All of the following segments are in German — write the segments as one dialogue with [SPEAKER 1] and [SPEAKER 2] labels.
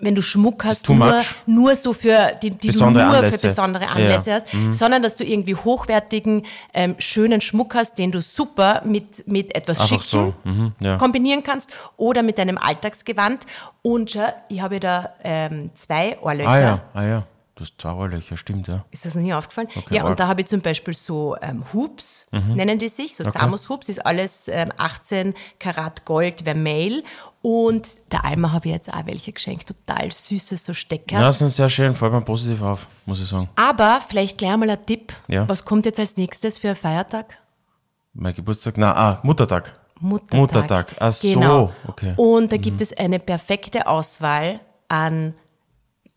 [SPEAKER 1] wenn du Schmuck hast,
[SPEAKER 2] too
[SPEAKER 1] nur,
[SPEAKER 2] much.
[SPEAKER 1] nur so für die, die du nur
[SPEAKER 2] Besondere Anlässe.
[SPEAKER 1] für besondere
[SPEAKER 2] Ja, Mhm.
[SPEAKER 1] Anlässe
[SPEAKER 2] ja.
[SPEAKER 1] hast, sondern dass du irgendwie hochwertigen, ähm, schönen Schmuck hast, den du super mit, mit etwas
[SPEAKER 2] Einfach
[SPEAKER 1] Schicken
[SPEAKER 2] so. Mhm, ja.
[SPEAKER 1] kombinieren kannst oder mit deinem Alltagsgewand. Und schau, ich habe ja da ähm, zwei Ohrlöcher.
[SPEAKER 2] Ah ja, ah ja. Du hast zwei Ohrlöcher, stimmt, ja.
[SPEAKER 1] Ist das noch nie aufgefallen? ja,
[SPEAKER 2] arg.
[SPEAKER 1] und da habe ich zum Beispiel so ähm, Hoops,
[SPEAKER 2] Mhm.
[SPEAKER 1] nennen die sich, so Samus Hoops, ist alles ähm, 18 Karat Gold Vermeil. Und der Alma habe ich jetzt auch welche geschenkt, total süße so Stecker.
[SPEAKER 2] Ja, das ist sehr schön, fällt mir positiv auf, muss ich sagen.
[SPEAKER 1] Aber vielleicht gleich mal ein Tipp,
[SPEAKER 2] Ja.
[SPEAKER 1] was kommt jetzt als nächstes für einen Feiertag?
[SPEAKER 2] Mein Geburtstag, na, ah, Muttertag.
[SPEAKER 1] Muttertag.
[SPEAKER 2] Muttertag, ach so,
[SPEAKER 1] genau.
[SPEAKER 2] okay. Mhm.
[SPEAKER 1] Und da gibt es eine perfekte Auswahl an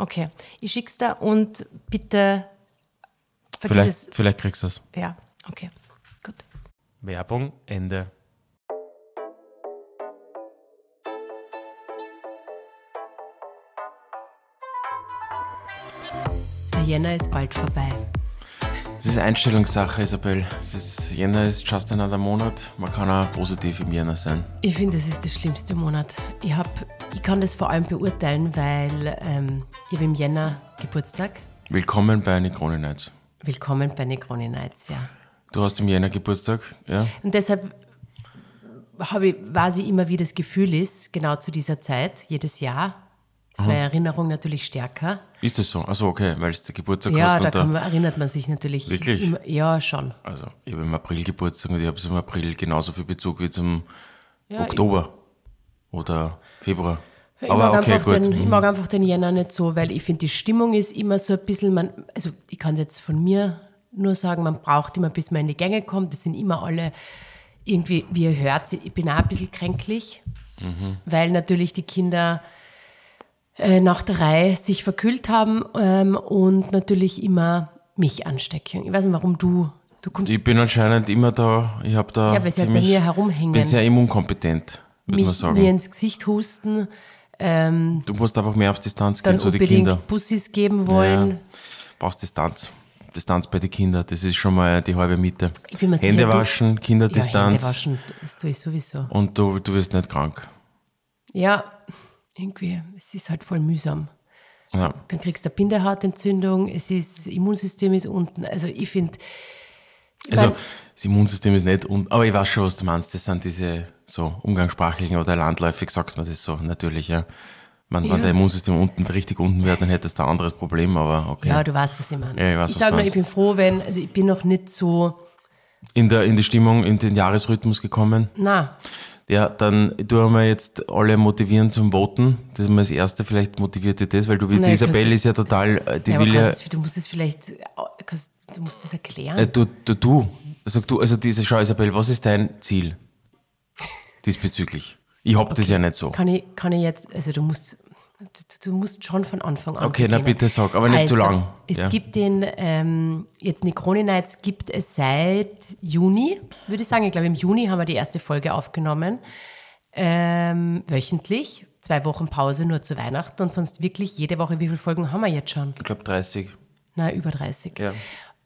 [SPEAKER 1] Okay, ich schick's da und bitte vergiss
[SPEAKER 2] Vielleicht, vielleicht kriegst du es.
[SPEAKER 1] es. Ja, okay, gut.
[SPEAKER 2] Werbung, Ende.
[SPEAKER 1] Der Jänner ist bald vorbei.
[SPEAKER 2] Es ist Einstellungssache, Isabel. Es ist, Jänner ist just another Monat. Man kann auch positiv im Jänner sein.
[SPEAKER 3] Ich finde, das ist der schlimmste Monat. Ich, hab, ich kann das vor allem beurteilen, weil ähm, ich habe im Jänner Geburtstag.
[SPEAKER 2] Willkommen bei Negroni Nights.
[SPEAKER 3] Willkommen bei Negroni Nights, ja.
[SPEAKER 2] Du hast im Jänner Geburtstag, ja?
[SPEAKER 3] Und deshalb habe ich, weiß ich immer, wie das Gefühl ist, genau zu dieser Zeit, jedes Jahr. Ist meine Erinnerung natürlich stärker.
[SPEAKER 2] Ist das so? Achso, okay, weil es der Geburtstag
[SPEAKER 3] Ja,
[SPEAKER 2] hast
[SPEAKER 3] da
[SPEAKER 2] und
[SPEAKER 3] kann man, erinnert man sich natürlich.
[SPEAKER 2] Wirklich?
[SPEAKER 3] Immer, ja, schon.
[SPEAKER 2] Also, ich habe im April Geburtstag und ich habe zum April genauso viel Bezug wie zum
[SPEAKER 3] Ja,
[SPEAKER 2] Oktober oder Februar.
[SPEAKER 3] Ich,
[SPEAKER 2] Aber
[SPEAKER 3] mag
[SPEAKER 2] okay,
[SPEAKER 3] einfach
[SPEAKER 2] gut.
[SPEAKER 3] den, ich
[SPEAKER 2] Mhm.
[SPEAKER 3] mag einfach den Jänner nicht so, weil ich finde, die Stimmung ist immer so ein bisschen, man, also ich kann es jetzt von mir nur sagen, man braucht immer, bis man in die Gänge kommt. Das sind immer alle irgendwie, wie ihr hört, ich bin auch ein bisschen kränklich,
[SPEAKER 2] Mhm.
[SPEAKER 3] weil natürlich die Kinder äh, nach der Reihe sich verkühlt haben ähm, und natürlich immer mich anstecken. Ich weiß nicht, warum du, du kommst,
[SPEAKER 2] Ich bin anscheinend immer da, ich habe da
[SPEAKER 3] Ja, weil sie halt bei mir herumhängen.
[SPEAKER 2] bin sehr immunkompetent, würde man
[SPEAKER 3] mich mir
[SPEAKER 2] sagen.
[SPEAKER 3] ins Gesicht husten,
[SPEAKER 2] Du musst einfach mehr auf Distanz
[SPEAKER 3] dann
[SPEAKER 2] gehen zu den Kindern.
[SPEAKER 3] unbedingt Bussis geben wollen.
[SPEAKER 2] Brauchst Distanz. Distanz bei den Kindern, das ist schon mal die halbe Miete.
[SPEAKER 3] Ich bin mir sicher,
[SPEAKER 2] Hände
[SPEAKER 3] du-
[SPEAKER 2] waschen, Kinderdistanz
[SPEAKER 3] Ja, Hände waschen, das tue ich sowieso.
[SPEAKER 2] und du, du wirst nicht krank.
[SPEAKER 3] Ja, irgendwie, es ist halt voll mühsam.
[SPEAKER 2] Ja.
[SPEAKER 3] Dann kriegst du eine Bindehautentzündung, es ist, das Immunsystem ist unten. Also ich finde,
[SPEAKER 2] Also
[SPEAKER 3] Weil-
[SPEAKER 2] das Immunsystem ist nicht und aber ich weiß schon, was du meinst. Das sind diese so umgangssprachlichen oder landläufig sagt man das so, natürlich, ja. Man, Wenn
[SPEAKER 3] Ja.
[SPEAKER 2] dein Immunsystem unten richtig unten wäre, dann hättest du ein anderes Problem, aber okay.
[SPEAKER 3] ja, du weißt, was ich meine.
[SPEAKER 2] Ja, ich weiß,
[SPEAKER 3] ich
[SPEAKER 2] was
[SPEAKER 3] sage
[SPEAKER 2] du
[SPEAKER 3] nur, ich bin froh, wenn, also ich bin noch nicht so,
[SPEAKER 2] in, der, in die Stimmung, in den Jahresrhythmus gekommen.
[SPEAKER 3] na,
[SPEAKER 2] Ja, dann tun wir jetzt alle motivieren zum Voten. Das ist mal das Erste, vielleicht motiviert ihr das, weil du, die
[SPEAKER 3] Nein,
[SPEAKER 2] Isabelle
[SPEAKER 3] kannst-
[SPEAKER 2] ist ja total, äh, die
[SPEAKER 3] ja, aber
[SPEAKER 2] will ja,
[SPEAKER 3] kannst, du musst es vielleicht, kannst, du musst es erklären.
[SPEAKER 2] äh, du, du, du, sag du, also diese, schau Isabelle, was ist dein Ziel diesbezüglich? Ich hab das ja nicht so.
[SPEAKER 3] Kann ich, kann ich jetzt, also du musst, du, du musst schon von Anfang an.
[SPEAKER 2] Okay, na
[SPEAKER 3] beginnen.
[SPEAKER 2] bitte sag, aber nicht zu
[SPEAKER 3] also,
[SPEAKER 2] lang.
[SPEAKER 3] Es
[SPEAKER 2] Ja.
[SPEAKER 3] gibt den, ähm, jetzt Necroni Nights gibt es seit Juni, würde ich sagen. Ich glaube, im Juni haben wir die erste Folge aufgenommen. Ähm, wöchentlich, zwei Wochen Pause nur zu Weihnachten und sonst wirklich jede Woche. Wie viele Folgen haben wir jetzt schon?
[SPEAKER 2] Ich glaube 30.
[SPEAKER 3] Na, über 30.
[SPEAKER 2] Ja.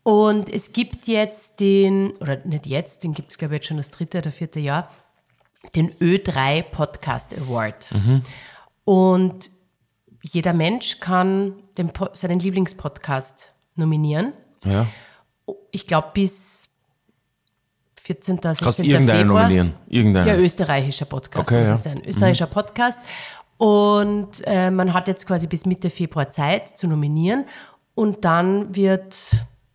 [SPEAKER 3] Und es gibt jetzt den, oder nicht jetzt, den gibt es, glaube ich, jetzt schon das dritte oder vierte Jahr, den Ö3 Podcast Award. Und jeder Mensch kann den, Po- seinen Lieblingspodcast nominieren.
[SPEAKER 2] Ja.
[SPEAKER 3] Ich glaube, bis 14. 16.
[SPEAKER 2] Kannst irgendeinen
[SPEAKER 3] Februar.
[SPEAKER 2] nominieren. Irgendeinen.
[SPEAKER 3] Ja, österreichischer Podcast
[SPEAKER 2] Okay,
[SPEAKER 3] muss
[SPEAKER 2] ja. Mhm.
[SPEAKER 3] es sein. Österreichischer Podcast. Und äh, man hat jetzt quasi bis Mitte Februar Zeit zu nominieren. Und dann wird,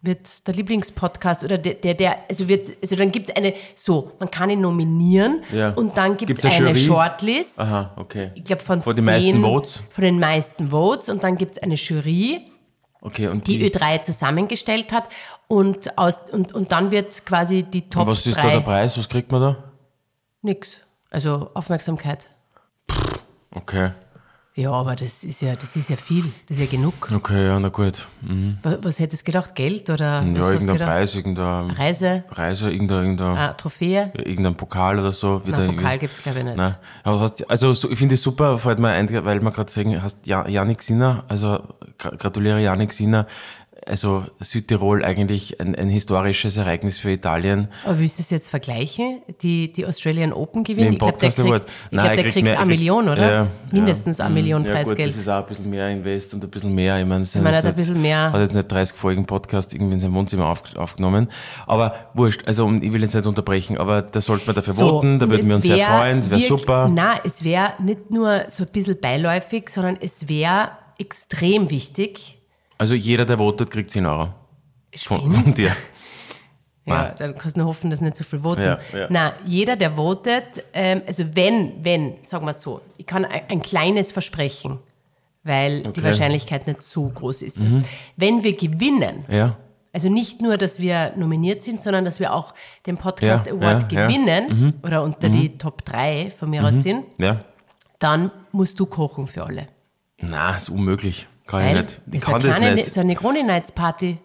[SPEAKER 3] wird der Lieblingspodcast oder der, der, der also wird, also dann gibt es eine, so, man kann ihn nominieren
[SPEAKER 2] Ja.
[SPEAKER 3] und dann gibt
[SPEAKER 2] Gibt's
[SPEAKER 3] es
[SPEAKER 2] eine
[SPEAKER 3] eine
[SPEAKER 2] Jury?
[SPEAKER 3] Shortlist.
[SPEAKER 2] Aha, okay.
[SPEAKER 3] Ich glaube von,
[SPEAKER 2] Von den
[SPEAKER 3] zehn-
[SPEAKER 2] meisten Votes?
[SPEAKER 3] Von den meisten Votes. Und dann gibt es eine Jury,
[SPEAKER 2] Okay, und
[SPEAKER 3] die
[SPEAKER 2] die,
[SPEAKER 3] Ö3 zusammengestellt hat. Und, aus, und, und dann wird quasi die Top
[SPEAKER 2] und was ist
[SPEAKER 3] drei.
[SPEAKER 2] da der Preis? Was kriegt man da?
[SPEAKER 3] Nix. Also Aufmerksamkeit.
[SPEAKER 2] Okay.
[SPEAKER 3] Ja, aber das ist ja, das ist ja viel. Das ist ja genug.
[SPEAKER 2] Okay, ja, na gut.
[SPEAKER 3] Was, was hättest du gedacht? Geld oder was
[SPEAKER 2] Hm. Ja,
[SPEAKER 3] hast du
[SPEAKER 2] irgendein
[SPEAKER 3] gedacht?
[SPEAKER 2] Preis, irgendein
[SPEAKER 3] Reise,
[SPEAKER 2] Reise, irgendein, irgendein,
[SPEAKER 3] äh, Trophäe.
[SPEAKER 2] ja, irgendein Pokal oder so. wieder
[SPEAKER 3] Nein,
[SPEAKER 2] irgendwie.
[SPEAKER 3] Pokal gibt's, glaube ich, nicht.
[SPEAKER 2] Nein. Aber hast, also so, ich finde es super, fällt mir ein, weil wir gerade sagen, hast ja, Janik Sinner, also gra- gratuliere Janik Sinner. Also Südtirol eigentlich ein, ein historisches Ereignis für Italien.
[SPEAKER 3] Aber willst du es jetzt vergleichen? Die, die Australian Open gewinnen?
[SPEAKER 2] Mit dem
[SPEAKER 3] Ich glaube, der
[SPEAKER 2] Podcast Award.
[SPEAKER 3] kriegt,
[SPEAKER 2] Nein,
[SPEAKER 3] ich glaub,
[SPEAKER 2] er
[SPEAKER 3] der
[SPEAKER 2] kriegt
[SPEAKER 3] kriegt
[SPEAKER 2] mehr- er
[SPEAKER 3] eine
[SPEAKER 2] kriegt-
[SPEAKER 3] Million,
[SPEAKER 2] Ja,
[SPEAKER 3] oder?
[SPEAKER 2] ja.
[SPEAKER 3] Mindestens eine Million
[SPEAKER 2] Ja gut, das
[SPEAKER 3] Preisgeld.
[SPEAKER 2] ist auch ein bisschen mehr Invest und ein bisschen mehr. Ich meine, es sind
[SPEAKER 3] Ich meine,
[SPEAKER 2] jetzt
[SPEAKER 3] er hat ein
[SPEAKER 2] nicht-
[SPEAKER 3] bisschen mehr-
[SPEAKER 2] Hat jetzt nicht 30 Folgen Podcast irgendwie in seinem Wohnzimmer auf, aufgenommen. Aber wurscht, also und ich will jetzt nicht unterbrechen, aber da sollte man dafür voten, da
[SPEAKER 3] und
[SPEAKER 2] würden wir
[SPEAKER 3] es
[SPEAKER 2] uns sehr
[SPEAKER 3] wär
[SPEAKER 2] freuen, das wäre
[SPEAKER 3] wirklich-
[SPEAKER 2] super.
[SPEAKER 3] Na, es wäre nicht nur so ein bisschen beiläufig, sondern es wäre extrem wichtig.
[SPEAKER 2] Also jeder, der votet, kriegt 10 Euro von,
[SPEAKER 3] Spinnst?
[SPEAKER 2] von dir.
[SPEAKER 3] Ja,
[SPEAKER 2] Nein.
[SPEAKER 3] dann kannst du nur hoffen, dass nicht so viel voten.
[SPEAKER 2] Ah. Ja, ja.
[SPEAKER 3] Na, jeder, der votet, ähm, also wenn, wenn, sagen wir so, ich kann ein, ein kleines versprechen, weil
[SPEAKER 2] Okay. Mhm.
[SPEAKER 3] die Wahrscheinlichkeit nicht so groß ist. Dass, Wenn wir gewinnen,
[SPEAKER 2] Ja,
[SPEAKER 3] also nicht nur, dass wir nominiert sind, sondern dass wir auch den Podcast
[SPEAKER 2] Ja,
[SPEAKER 3] Award
[SPEAKER 2] ja, Mhm. ja.
[SPEAKER 3] gewinnen oder unter die Top 3 von mir aus sind,
[SPEAKER 2] ja.
[SPEAKER 3] dann musst du kochen für alle.
[SPEAKER 2] Na, ist unmöglich. Kann
[SPEAKER 3] Weil
[SPEAKER 2] ich nicht. Ich
[SPEAKER 3] das ist eine
[SPEAKER 2] kann das
[SPEAKER 3] kleine-
[SPEAKER 2] nicht.
[SPEAKER 3] so eine Negroni-Nights-Party.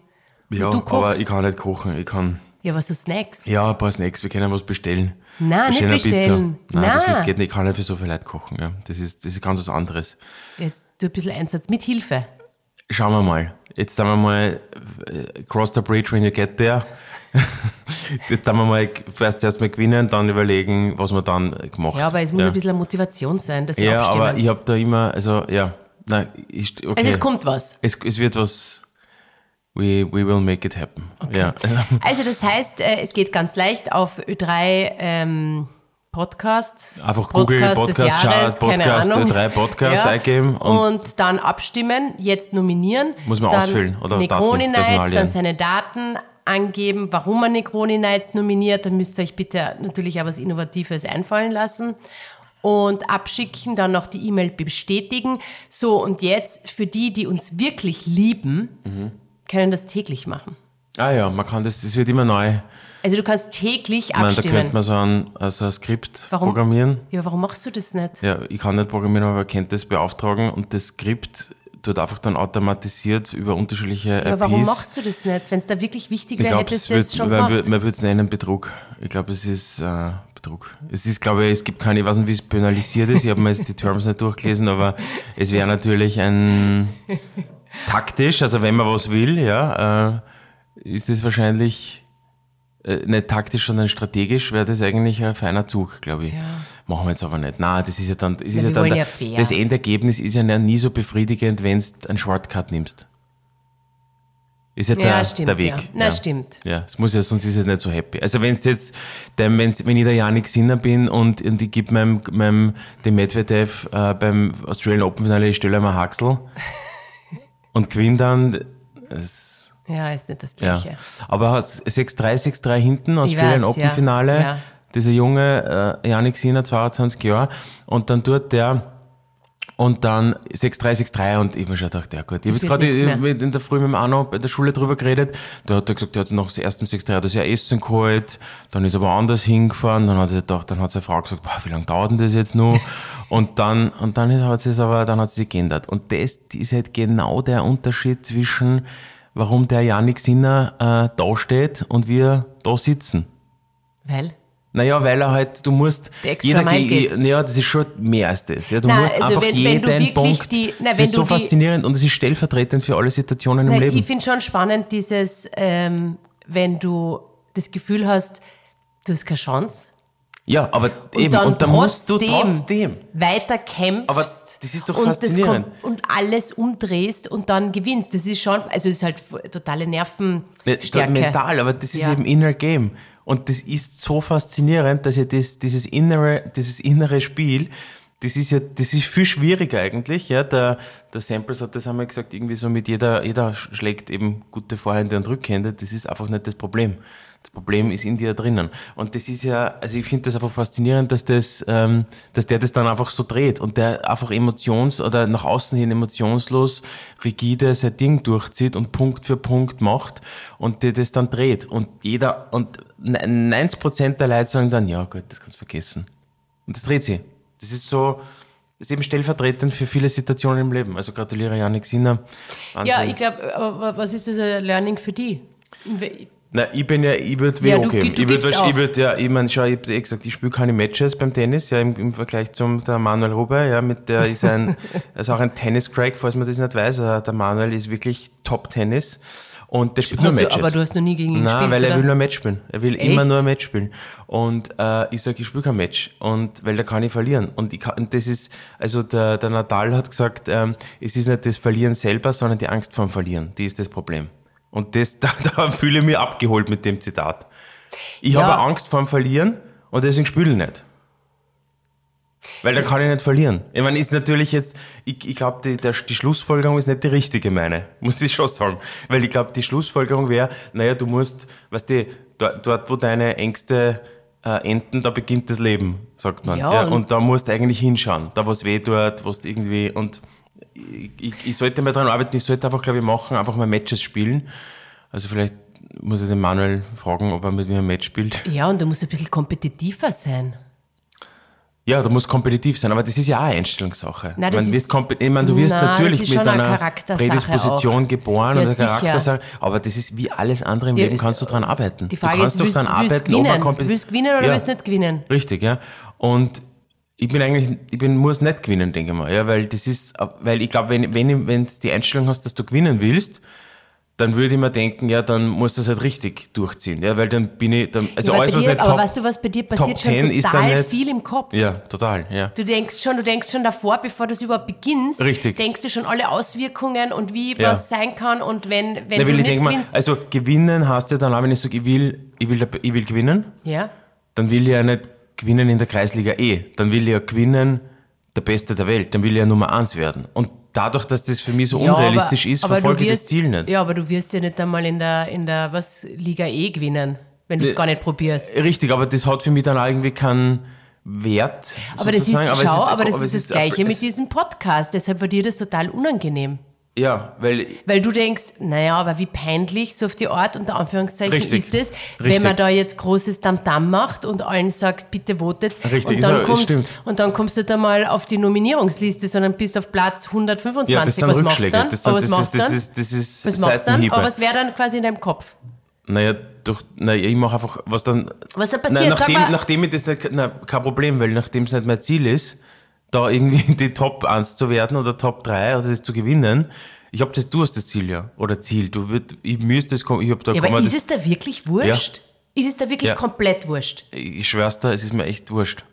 [SPEAKER 2] Ja,
[SPEAKER 3] du
[SPEAKER 2] aber
[SPEAKER 3] kochst.
[SPEAKER 2] ich kann nicht kochen. Ich kann.
[SPEAKER 3] Ja, was du snackst.
[SPEAKER 2] Ja, ein paar Snacks, wir können was bestellen.
[SPEAKER 3] Nein, nicht
[SPEAKER 2] eine
[SPEAKER 3] bestellen.
[SPEAKER 2] Pizza. Nein, das
[SPEAKER 3] Nein.
[SPEAKER 2] ist, geht nicht. Ich kann nicht für so viel Leute kochen. Ja. Das, ist, das ist ganz was anderes.
[SPEAKER 3] Jetzt du ein bisschen Einsatz mit Hilfe.
[SPEAKER 2] Schauen wir mal. Jetzt sagen wir mal, äh, cross the bridge when you get there. Jetzt sagen wir mal, erst erstmal gewinnen, dann überlegen, was man dann gemacht
[SPEAKER 3] Ja, aber es muss
[SPEAKER 2] ja.
[SPEAKER 3] ein bisschen eine Motivation sein, das
[SPEAKER 2] Ja,
[SPEAKER 3] Abstimmen.
[SPEAKER 2] aber ich habe da immer, also ja, nein, ich, okay.
[SPEAKER 3] also es kommt was.
[SPEAKER 2] Es, es wird was. We, we will make it happen. Ja.
[SPEAKER 3] Also das heißt, äh, es geht ganz leicht auf Ö3 ähm, Podcast.
[SPEAKER 2] Einfach Google, Podcast,
[SPEAKER 3] des
[SPEAKER 2] Chart,
[SPEAKER 3] Jahres, keine
[SPEAKER 2] Podcast,
[SPEAKER 3] Ahnung.
[SPEAKER 2] Ö3 Podcast eingeben und-
[SPEAKER 3] Und, dann abstimmen, jetzt nominieren.
[SPEAKER 2] Muss man
[SPEAKER 3] dann
[SPEAKER 2] ausfüllen oder
[SPEAKER 3] Negroni
[SPEAKER 2] Daten,
[SPEAKER 3] Nights,
[SPEAKER 2] Personalien.
[SPEAKER 3] dann seine Daten angeben, warum man Negroni Nights nominiert. Dann müsst ihr euch bitte natürlich auch was Innovatives einfallen lassen. Und abschicken, dann noch die E-Mail bestätigen. So, und jetzt für die, die uns wirklich lieben,
[SPEAKER 2] Mhm.
[SPEAKER 3] können das täglich machen.
[SPEAKER 2] Ah ja, man kann das, das wird immer neu.
[SPEAKER 3] Also du kannst täglich
[SPEAKER 2] Ich meine, da könnte
[SPEAKER 3] abstimmen.
[SPEAKER 2] man so ein, also ein Skript
[SPEAKER 3] Warum?
[SPEAKER 2] programmieren.
[SPEAKER 3] Ja, warum machst du das nicht?
[SPEAKER 2] Ja, ich kann nicht programmieren, aber kennt das beauftragen und das Skript wird einfach dann automatisiert über unterschiedliche
[SPEAKER 3] Ja, warum
[SPEAKER 2] IPs.
[SPEAKER 3] machst du das nicht? Wenn es da wirklich wichtig
[SPEAKER 2] ich
[SPEAKER 3] wäre,
[SPEAKER 2] glaube,
[SPEAKER 3] hättest
[SPEAKER 2] es
[SPEAKER 3] du
[SPEAKER 2] wird,
[SPEAKER 3] es schon
[SPEAKER 2] man
[SPEAKER 3] gemacht.
[SPEAKER 2] wird es nennen Betrug. Ich glaube, es ist äh, Betrug. Es ist, glaube ich, es gibt keine, ich weiß nicht, wie es penalisiert ist. Ich habe mir jetzt die Terms nicht durchgelesen, aber es wäre natürlich ein taktisch, also wenn man was will, ja, äh, ist es wahrscheinlich äh, nicht taktisch, sondern strategisch wäre das eigentlich ein feiner Zug, glaube ich.
[SPEAKER 3] Ja.
[SPEAKER 2] Machen wir jetzt aber nicht. Nein, das ist ja dann, das ist
[SPEAKER 3] Na,
[SPEAKER 2] ja
[SPEAKER 3] wir
[SPEAKER 2] dann
[SPEAKER 3] wollen
[SPEAKER 2] der,
[SPEAKER 3] ja fair.
[SPEAKER 2] das Endergebnis ist ja nie so befriedigend, wenn du einen Shortcut nimmst. Ist ja,
[SPEAKER 3] Ja,
[SPEAKER 2] der,
[SPEAKER 3] stimmt,
[SPEAKER 2] der Weg.
[SPEAKER 3] ja. Na, stimmt.
[SPEAKER 2] Ja, es muss ja, sonst ist es nicht so happy. Also wenn es jetzt, denn wenn's, wenn ich der Janik Sinner bin und, und ich gebe meinem, meinem dem Medvedev äh, beim Australian Open Finale, ich stelle einmal Haxel und gewinne dann. Es,
[SPEAKER 3] Ja, ist nicht das
[SPEAKER 2] ja.
[SPEAKER 3] Gleiche.
[SPEAKER 2] Aber 6-3, 6-3 hinten, Australian
[SPEAKER 3] weiß,
[SPEAKER 2] Open
[SPEAKER 3] ja,
[SPEAKER 2] Finale,
[SPEAKER 3] ja.
[SPEAKER 2] dieser junge äh, Janik Sinner, 22 Jahre, und dann tut der und dann 6-3-6-3 und ich hab mir schon gedacht, ja gut. Ich habe jetzt
[SPEAKER 3] wird
[SPEAKER 2] gerade
[SPEAKER 3] nix
[SPEAKER 2] ich-
[SPEAKER 3] mehr.
[SPEAKER 2] mit in der Früh mit dem Arno bei der Schule drüber geredet. Da hat er gesagt, er hat nach dem ersten 6-3 hat er sich ein Essen geholt, dann ist er woanders hingefahren, dann hat er gedacht, dann hat seine Frau gesagt, boah, wie lange dauert denn das jetzt noch? und dann, und dann ist- hat sie es aber, dann hat sie sich geändert. Und das ist halt genau der Unterschied zwischen, warum der Janik Sinner äh, da steht und wir da sitzen.
[SPEAKER 3] Weil?
[SPEAKER 2] Naja, weil er halt, du musst.
[SPEAKER 3] Der extra Mile
[SPEAKER 2] Ge-
[SPEAKER 3] geht.
[SPEAKER 2] Ja, das ist schon mehr als das. Ja, du
[SPEAKER 3] Nein,
[SPEAKER 2] musst
[SPEAKER 3] also
[SPEAKER 2] einfach
[SPEAKER 3] wenn- wenn
[SPEAKER 2] jeden
[SPEAKER 3] du wirklich
[SPEAKER 2] Punkt.
[SPEAKER 3] die- nein,
[SPEAKER 2] es
[SPEAKER 3] wenn
[SPEAKER 2] ist so
[SPEAKER 3] du die-
[SPEAKER 2] faszinierend und es ist stellvertretend für alle Situationen im
[SPEAKER 3] Nein,
[SPEAKER 2] Leben.
[SPEAKER 3] ich finde schon spannend, dieses, ähm, wenn du das Gefühl hast, du hast keine Chance.
[SPEAKER 2] ja, aber eben. und da musst du trotzdem.
[SPEAKER 3] weiter kämpfst.
[SPEAKER 2] Aber das ist doch
[SPEAKER 3] und das
[SPEAKER 2] faszinierend.
[SPEAKER 3] kommt- und alles umdrehst und dann gewinnst. Das ist schon, also es ist halt totale
[SPEAKER 2] Ne,
[SPEAKER 3] Nervenstärke.
[SPEAKER 2] Mental, aber das ist
[SPEAKER 3] Ja.
[SPEAKER 2] eben Inner Game. Und das ist so faszinierend, dass ihr das, dieses, innere, dieses innere Spiel, das ist ja, das ist viel schwieriger eigentlich. Ja, der, der Samples hat das einmal gesagt, irgendwie so mit jeder, jeder schlägt eben gute Vorhände und Rückhände. Das ist einfach nicht das Problem. Das Problem ist in dir drinnen. Und das ist ja, also ich finde das einfach faszinierend, dass das, ähm, dass der das dann einfach so dreht und der einfach emotions- oder nach außen hin emotionslos rigide sein Ding durchzieht und Punkt für Punkt macht und der das dann dreht. Und jeder, und 90% der Leute sagen dann, ja gut, das kannst du vergessen. Und das dreht sie. Das ist so, das ist eben stellvertretend für viele Situationen im Leben. Also gratuliere Janik Sinner. Wahnsinn.
[SPEAKER 3] Ja, ich glaube, aber was ist das ein Learning für die? In-
[SPEAKER 2] Na, ich bin ja, ich würde
[SPEAKER 3] Ja,
[SPEAKER 2] ja,
[SPEAKER 3] du-
[SPEAKER 2] geben.
[SPEAKER 3] du
[SPEAKER 2] ich würde,
[SPEAKER 3] gibst auf.
[SPEAKER 2] ich würde, ja, ich meine, schau, ich hab eh gesagt, ich spiele keine Matches beim Tennis, ja, im, im Vergleich zum der Manuel Huber, ja, mit der ist ein, er ist auch ein Tennis-Crack, falls man das nicht weiß, äh, der Manuel ist wirklich Top-Tennis und der spielt nur
[SPEAKER 3] Hast du,
[SPEAKER 2] Matches.
[SPEAKER 3] aber du hast noch nie gegen ihn
[SPEAKER 2] Nein,
[SPEAKER 3] gespielt,
[SPEAKER 2] weil er
[SPEAKER 3] oder?
[SPEAKER 2] will nur ein Match spielen. Er will immer
[SPEAKER 3] Echt?
[SPEAKER 2] nur ein Match spielen. Und äh, ich sage, ich spiele kein Match. Und weil da kann ich verlieren. Und ich kann, und das ist, also der, der Nadal hat gesagt, ähm, es ist nicht das Verlieren selber, sondern die Angst vorm Verlieren. Die ist das Problem. Und das, da, da fühle ich mich abgeholt mit dem Zitat. Ich
[SPEAKER 3] Ja.
[SPEAKER 2] habe Angst vorm Verlieren und deswegen spiele ich nicht. Weil dann kann ich nicht verlieren. Ich meine, ist natürlich jetzt, ich, ich glaube, die, der- die Schlussfolgerung ist nicht die richtige, meine, muss ich schon sagen. Weil ich glaube, die Schlussfolgerung wäre, naja, du musst, weißt du, dort, dort wo deine Ängste äh, enden, da beginnt das Leben, sagt man.
[SPEAKER 3] Ja,
[SPEAKER 2] Ja,
[SPEAKER 3] und-
[SPEAKER 2] und, da musst du eigentlich hinschauen, da was weh tut, was du irgendwie, und ich, ich, ich sollte mal dran arbeiten, ich sollte einfach, glaube ich, machen, einfach mal Matches spielen. Also vielleicht muss ich den Manuel fragen, ob er mit mir ein Match spielt.
[SPEAKER 3] Ja, und du musst ein bisschen kompetitiver sein.
[SPEAKER 2] Ja, du musst kompetitiv sein, aber das ist ja auch eine Einstellungssache.
[SPEAKER 3] Nein,
[SPEAKER 2] ich
[SPEAKER 3] das
[SPEAKER 2] meine, wirst
[SPEAKER 3] ist-
[SPEAKER 2] kompe- ich meine, du wirst
[SPEAKER 3] Nein, das
[SPEAKER 2] natürlich
[SPEAKER 3] ist
[SPEAKER 2] mit
[SPEAKER 3] schon eine
[SPEAKER 2] einer
[SPEAKER 3] Charaktersache
[SPEAKER 2] Prädisposition
[SPEAKER 3] auch.
[SPEAKER 2] geboren
[SPEAKER 3] Ja,
[SPEAKER 2] oder
[SPEAKER 3] sicher.
[SPEAKER 2] Charaktersache, aber das ist wie alles andere im
[SPEAKER 3] Ja,
[SPEAKER 2] Leben, kannst du dran arbeiten.
[SPEAKER 3] Die Frage
[SPEAKER 2] du kannst
[SPEAKER 3] ist, willst,
[SPEAKER 2] doch dran
[SPEAKER 3] willst,
[SPEAKER 2] arbeiten, ob man
[SPEAKER 3] gewinnen?
[SPEAKER 2] kompet-
[SPEAKER 3] willst gewinnen oder
[SPEAKER 2] ja,
[SPEAKER 3] willst nicht gewinnen?
[SPEAKER 2] Richtig, ja. Und ich bin eigentlich, ich bin, muss nicht gewinnen, denke ich mal, ja, weil das ist, weil ich glaube, wenn, wenn, ich- wenn du die Einstellung hast, dass du gewinnen willst, dann würde ich mir denken, ja, dann musst du das halt richtig durchziehen, ja, weil dann bin ich, dann, also
[SPEAKER 3] Ja, aber
[SPEAKER 2] alles,
[SPEAKER 3] bei
[SPEAKER 2] was
[SPEAKER 3] dir,
[SPEAKER 2] nicht
[SPEAKER 3] aber
[SPEAKER 2] top,
[SPEAKER 3] weißt du, was bei dir passiert?
[SPEAKER 2] Top 10
[SPEAKER 3] Schon
[SPEAKER 2] ist
[SPEAKER 3] total
[SPEAKER 2] dann nicht-
[SPEAKER 3] viel im Kopf.
[SPEAKER 2] ja, total, ja.
[SPEAKER 3] Du denkst schon, du denkst schon davor, bevor du es überhaupt beginnst,
[SPEAKER 2] Richtig.
[SPEAKER 3] denkst du schon alle Auswirkungen und wie
[SPEAKER 2] Ja.
[SPEAKER 3] was sein kann und wenn, wenn
[SPEAKER 2] Na,
[SPEAKER 3] du
[SPEAKER 2] will ich
[SPEAKER 3] nicht
[SPEAKER 2] denke mal,
[SPEAKER 3] gewinnst.
[SPEAKER 2] also gewinnen heißt ja dann auch, wenn ich sage, ich will, ich will, dab- ich will gewinnen,
[SPEAKER 3] ja.
[SPEAKER 2] dann will ich ja nicht gewinnen in der Kreisliga E. Dann will ich ja gewinnen, der Beste der Welt. Dann will ich ja Nummer eins werden. Und dadurch, dass das für mich so unrealistisch ist, verfolge
[SPEAKER 3] du
[SPEAKER 2] ich
[SPEAKER 3] wirst,
[SPEAKER 2] das Ziel nicht.
[SPEAKER 3] Ja, aber du wirst ja nicht einmal in der, in der was, Liga E gewinnen, wenn du es
[SPEAKER 2] Nee.
[SPEAKER 3] gar nicht probierst.
[SPEAKER 2] Richtig, aber das hat für mich dann auch irgendwie keinen Wert.
[SPEAKER 3] Aber das ist,
[SPEAKER 2] sozusagen.
[SPEAKER 3] schau,
[SPEAKER 2] es
[SPEAKER 3] aber das
[SPEAKER 2] aber
[SPEAKER 3] ist
[SPEAKER 2] es
[SPEAKER 3] das Gleiche mit
[SPEAKER 2] es-
[SPEAKER 3] diesem Podcast. Deshalb war dir das total unangenehm.
[SPEAKER 2] Ja, weil
[SPEAKER 3] Weil du denkst, naja, aber wie peinlich, so auf die Art, unter Anführungszeichen,
[SPEAKER 2] Richtig.
[SPEAKER 3] ist es, wenn
[SPEAKER 2] Richtig.
[SPEAKER 3] man da jetzt großes Tamtam macht und allen sagt, bitte votet.
[SPEAKER 2] Richtig,
[SPEAKER 3] und
[SPEAKER 2] ist
[SPEAKER 3] dann,
[SPEAKER 2] ja- ist
[SPEAKER 3] kommst,
[SPEAKER 2] stimmt.
[SPEAKER 3] und dann kommst du da mal auf die Nominierungsliste, sondern bist auf Platz 125.
[SPEAKER 2] ja, das sind
[SPEAKER 3] was
[SPEAKER 2] Rückschläge.
[SPEAKER 3] machst du dann?
[SPEAKER 2] Das,
[SPEAKER 3] aber
[SPEAKER 2] sind,
[SPEAKER 3] was
[SPEAKER 2] das, ist,
[SPEAKER 3] machst du
[SPEAKER 2] das,
[SPEAKER 3] dann?
[SPEAKER 2] ist, das ist
[SPEAKER 3] was machst du dann?
[SPEAKER 2] Seitenhiebe.
[SPEAKER 3] Aber was wäre dann quasi in deinem Kopf?
[SPEAKER 2] Naja, durch, naja, ich mache einfach, was dann.
[SPEAKER 3] Was da
[SPEAKER 2] Nein,
[SPEAKER 3] passiert?
[SPEAKER 2] nachdem,
[SPEAKER 3] Sag mal,
[SPEAKER 2] nachdem ich das nicht, na, kein Problem, weil nachdem es nicht mein Ziel ist, da irgendwie in die Top 1 zu werden oder Top 3 oder das zu gewinnen, ich habe das, du hast das Ziel ja, oder Ziel, du würd, ich müsste es, kommen, ich habe da,
[SPEAKER 3] ja,
[SPEAKER 2] kann
[SPEAKER 3] aber
[SPEAKER 2] man
[SPEAKER 3] ist
[SPEAKER 2] das,
[SPEAKER 3] es da wirklich wurscht? Ist es da wirklich
[SPEAKER 2] Ja.
[SPEAKER 3] komplett wurscht?
[SPEAKER 2] ich schwör's dir, es ist mir echt wurscht.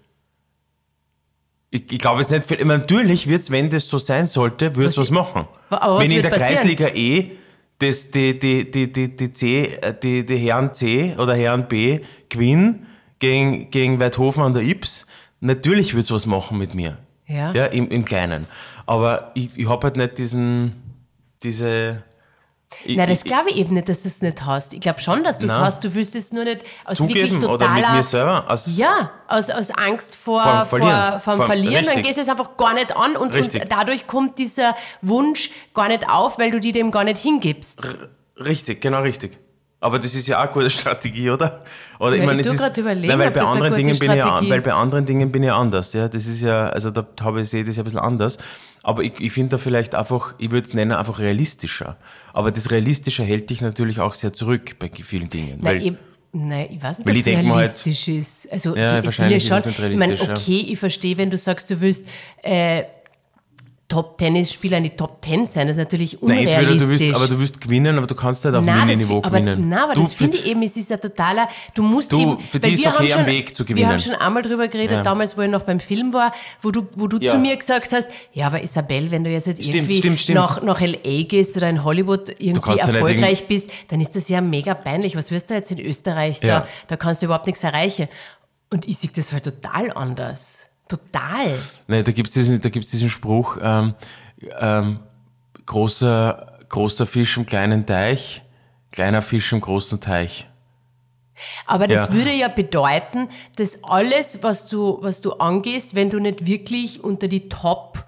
[SPEAKER 2] Ich, ich glaube jetzt nicht, viel- ich meine, natürlich wird's, wenn das so sein sollte, würd's
[SPEAKER 3] Was
[SPEAKER 2] was,
[SPEAKER 3] ich-
[SPEAKER 2] machen.
[SPEAKER 3] Aber was
[SPEAKER 2] wenn in
[SPEAKER 3] wird
[SPEAKER 2] der
[SPEAKER 3] passieren?
[SPEAKER 2] Kreisliga E das, die, die, die, die, die, C, äh, die, die Herren C oder Herren B gewinnen gegen, gegen Weidhofen an der Ips, natürlich würd's was machen mit mir.
[SPEAKER 3] Ja.
[SPEAKER 2] ja im, Im Kleinen. Aber ich, ich habe halt nicht diesen, diese... ich-
[SPEAKER 3] Nein, das
[SPEAKER 2] ich-
[SPEAKER 3] glaube ich eben nicht, dass du es nicht hast. Ich glaube schon, dass du es
[SPEAKER 2] Nein.
[SPEAKER 3] hast. Du willst es nur nicht aus wirklich
[SPEAKER 2] zugeben
[SPEAKER 3] totaler...
[SPEAKER 2] oder mit mir selber. Also, Aus,
[SPEAKER 3] Ja, aus, aus Angst vor,
[SPEAKER 2] Vorm
[SPEAKER 3] vor,
[SPEAKER 2] Verlieren.
[SPEAKER 3] vorm
[SPEAKER 2] Vorm-
[SPEAKER 3] Verlieren, dann
[SPEAKER 2] richtig.
[SPEAKER 3] gehst du es einfach gar nicht an und, und
[SPEAKER 2] Richtig.
[SPEAKER 3] dadurch kommt dieser Wunsch gar nicht auf, weil du dir dem gar nicht hingibst.
[SPEAKER 2] Richtig, genau richtig. Aber das ist ja auch eine gute Strategie, oder? Oder
[SPEAKER 3] Ja, ich tu grad überlegen,
[SPEAKER 2] nein, weil
[SPEAKER 3] ob
[SPEAKER 2] bei
[SPEAKER 3] das eine
[SPEAKER 2] anderen
[SPEAKER 3] gute
[SPEAKER 2] Dingen bin ich ja,
[SPEAKER 3] Strategie
[SPEAKER 2] weil
[SPEAKER 3] ist.
[SPEAKER 2] bei anderen Dingen bin ich anders, ja. Das ist ja, also da habe ich sehe ich das ja ein bisschen anders. Aber ich, ich finde da vielleicht einfach, ich würde es nennen, einfach realistischer. Aber das Realistische hält dich natürlich auch sehr zurück bei vielen Dingen.
[SPEAKER 3] Nein,
[SPEAKER 2] weil,
[SPEAKER 3] ich, nein, ich weiß nicht,
[SPEAKER 2] Weil
[SPEAKER 3] ob
[SPEAKER 2] ich
[SPEAKER 3] es
[SPEAKER 2] denk mal halt-
[SPEAKER 3] realistisch ist. Also,
[SPEAKER 2] Ja,
[SPEAKER 3] die- es sind ja,
[SPEAKER 2] wahrscheinlich ist
[SPEAKER 3] schon,
[SPEAKER 2] es nicht
[SPEAKER 3] ich meine,
[SPEAKER 2] realistisch, ja.
[SPEAKER 3] okay, ich verstehe, wenn du sagst, du willst äh, Top-Tennisspieler in die Top Ten sein, das ist natürlich
[SPEAKER 2] nein,
[SPEAKER 3] unrealistisch.
[SPEAKER 2] entweder du willst, aber du willst gewinnen, aber du kannst nicht auf
[SPEAKER 3] Nein, das
[SPEAKER 2] Mini-Niveau
[SPEAKER 3] fi- aber,
[SPEAKER 2] gewinnen.
[SPEAKER 3] nein, aber
[SPEAKER 2] du,
[SPEAKER 3] das finde ich eben, es ist ein totaler, du musst
[SPEAKER 2] Du,
[SPEAKER 3] eben,
[SPEAKER 2] für
[SPEAKER 3] weil
[SPEAKER 2] die ist
[SPEAKER 3] wir haben
[SPEAKER 2] okay, am
[SPEAKER 3] schon,
[SPEAKER 2] Weg zu
[SPEAKER 3] Wir haben
[SPEAKER 2] gewinnen.
[SPEAKER 3] schon einmal drüber geredet,
[SPEAKER 2] Ja.
[SPEAKER 3] damals, wo ich noch beim Film war, wo du, wo du
[SPEAKER 2] Ja.
[SPEAKER 3] zu mir gesagt hast, ja, aber Isabel, wenn du jetzt halt irgendwie
[SPEAKER 2] stimmt, stimmt.
[SPEAKER 3] Nach, nach L.A. gehst oder in Hollywood irgendwie
[SPEAKER 2] kannst ja nicht
[SPEAKER 3] erfolgreich bist, dann ist das ja mega peinlich. Was wirst du jetzt in Österreich? Da,
[SPEAKER 2] Ja.
[SPEAKER 3] da kannst du überhaupt nichts erreichen. Und ich sehe das halt total anders. Total.
[SPEAKER 2] Nee, da gibt's diesen, da gibt's diesen Spruch, ähm, ähm, großer, großer Fisch im kleinen Teich, kleiner Fisch im großen Teich.
[SPEAKER 3] Aber das
[SPEAKER 2] Ja.
[SPEAKER 3] würde ja bedeuten, dass alles, was du, was du angehst, wenn du nicht wirklich unter die Top,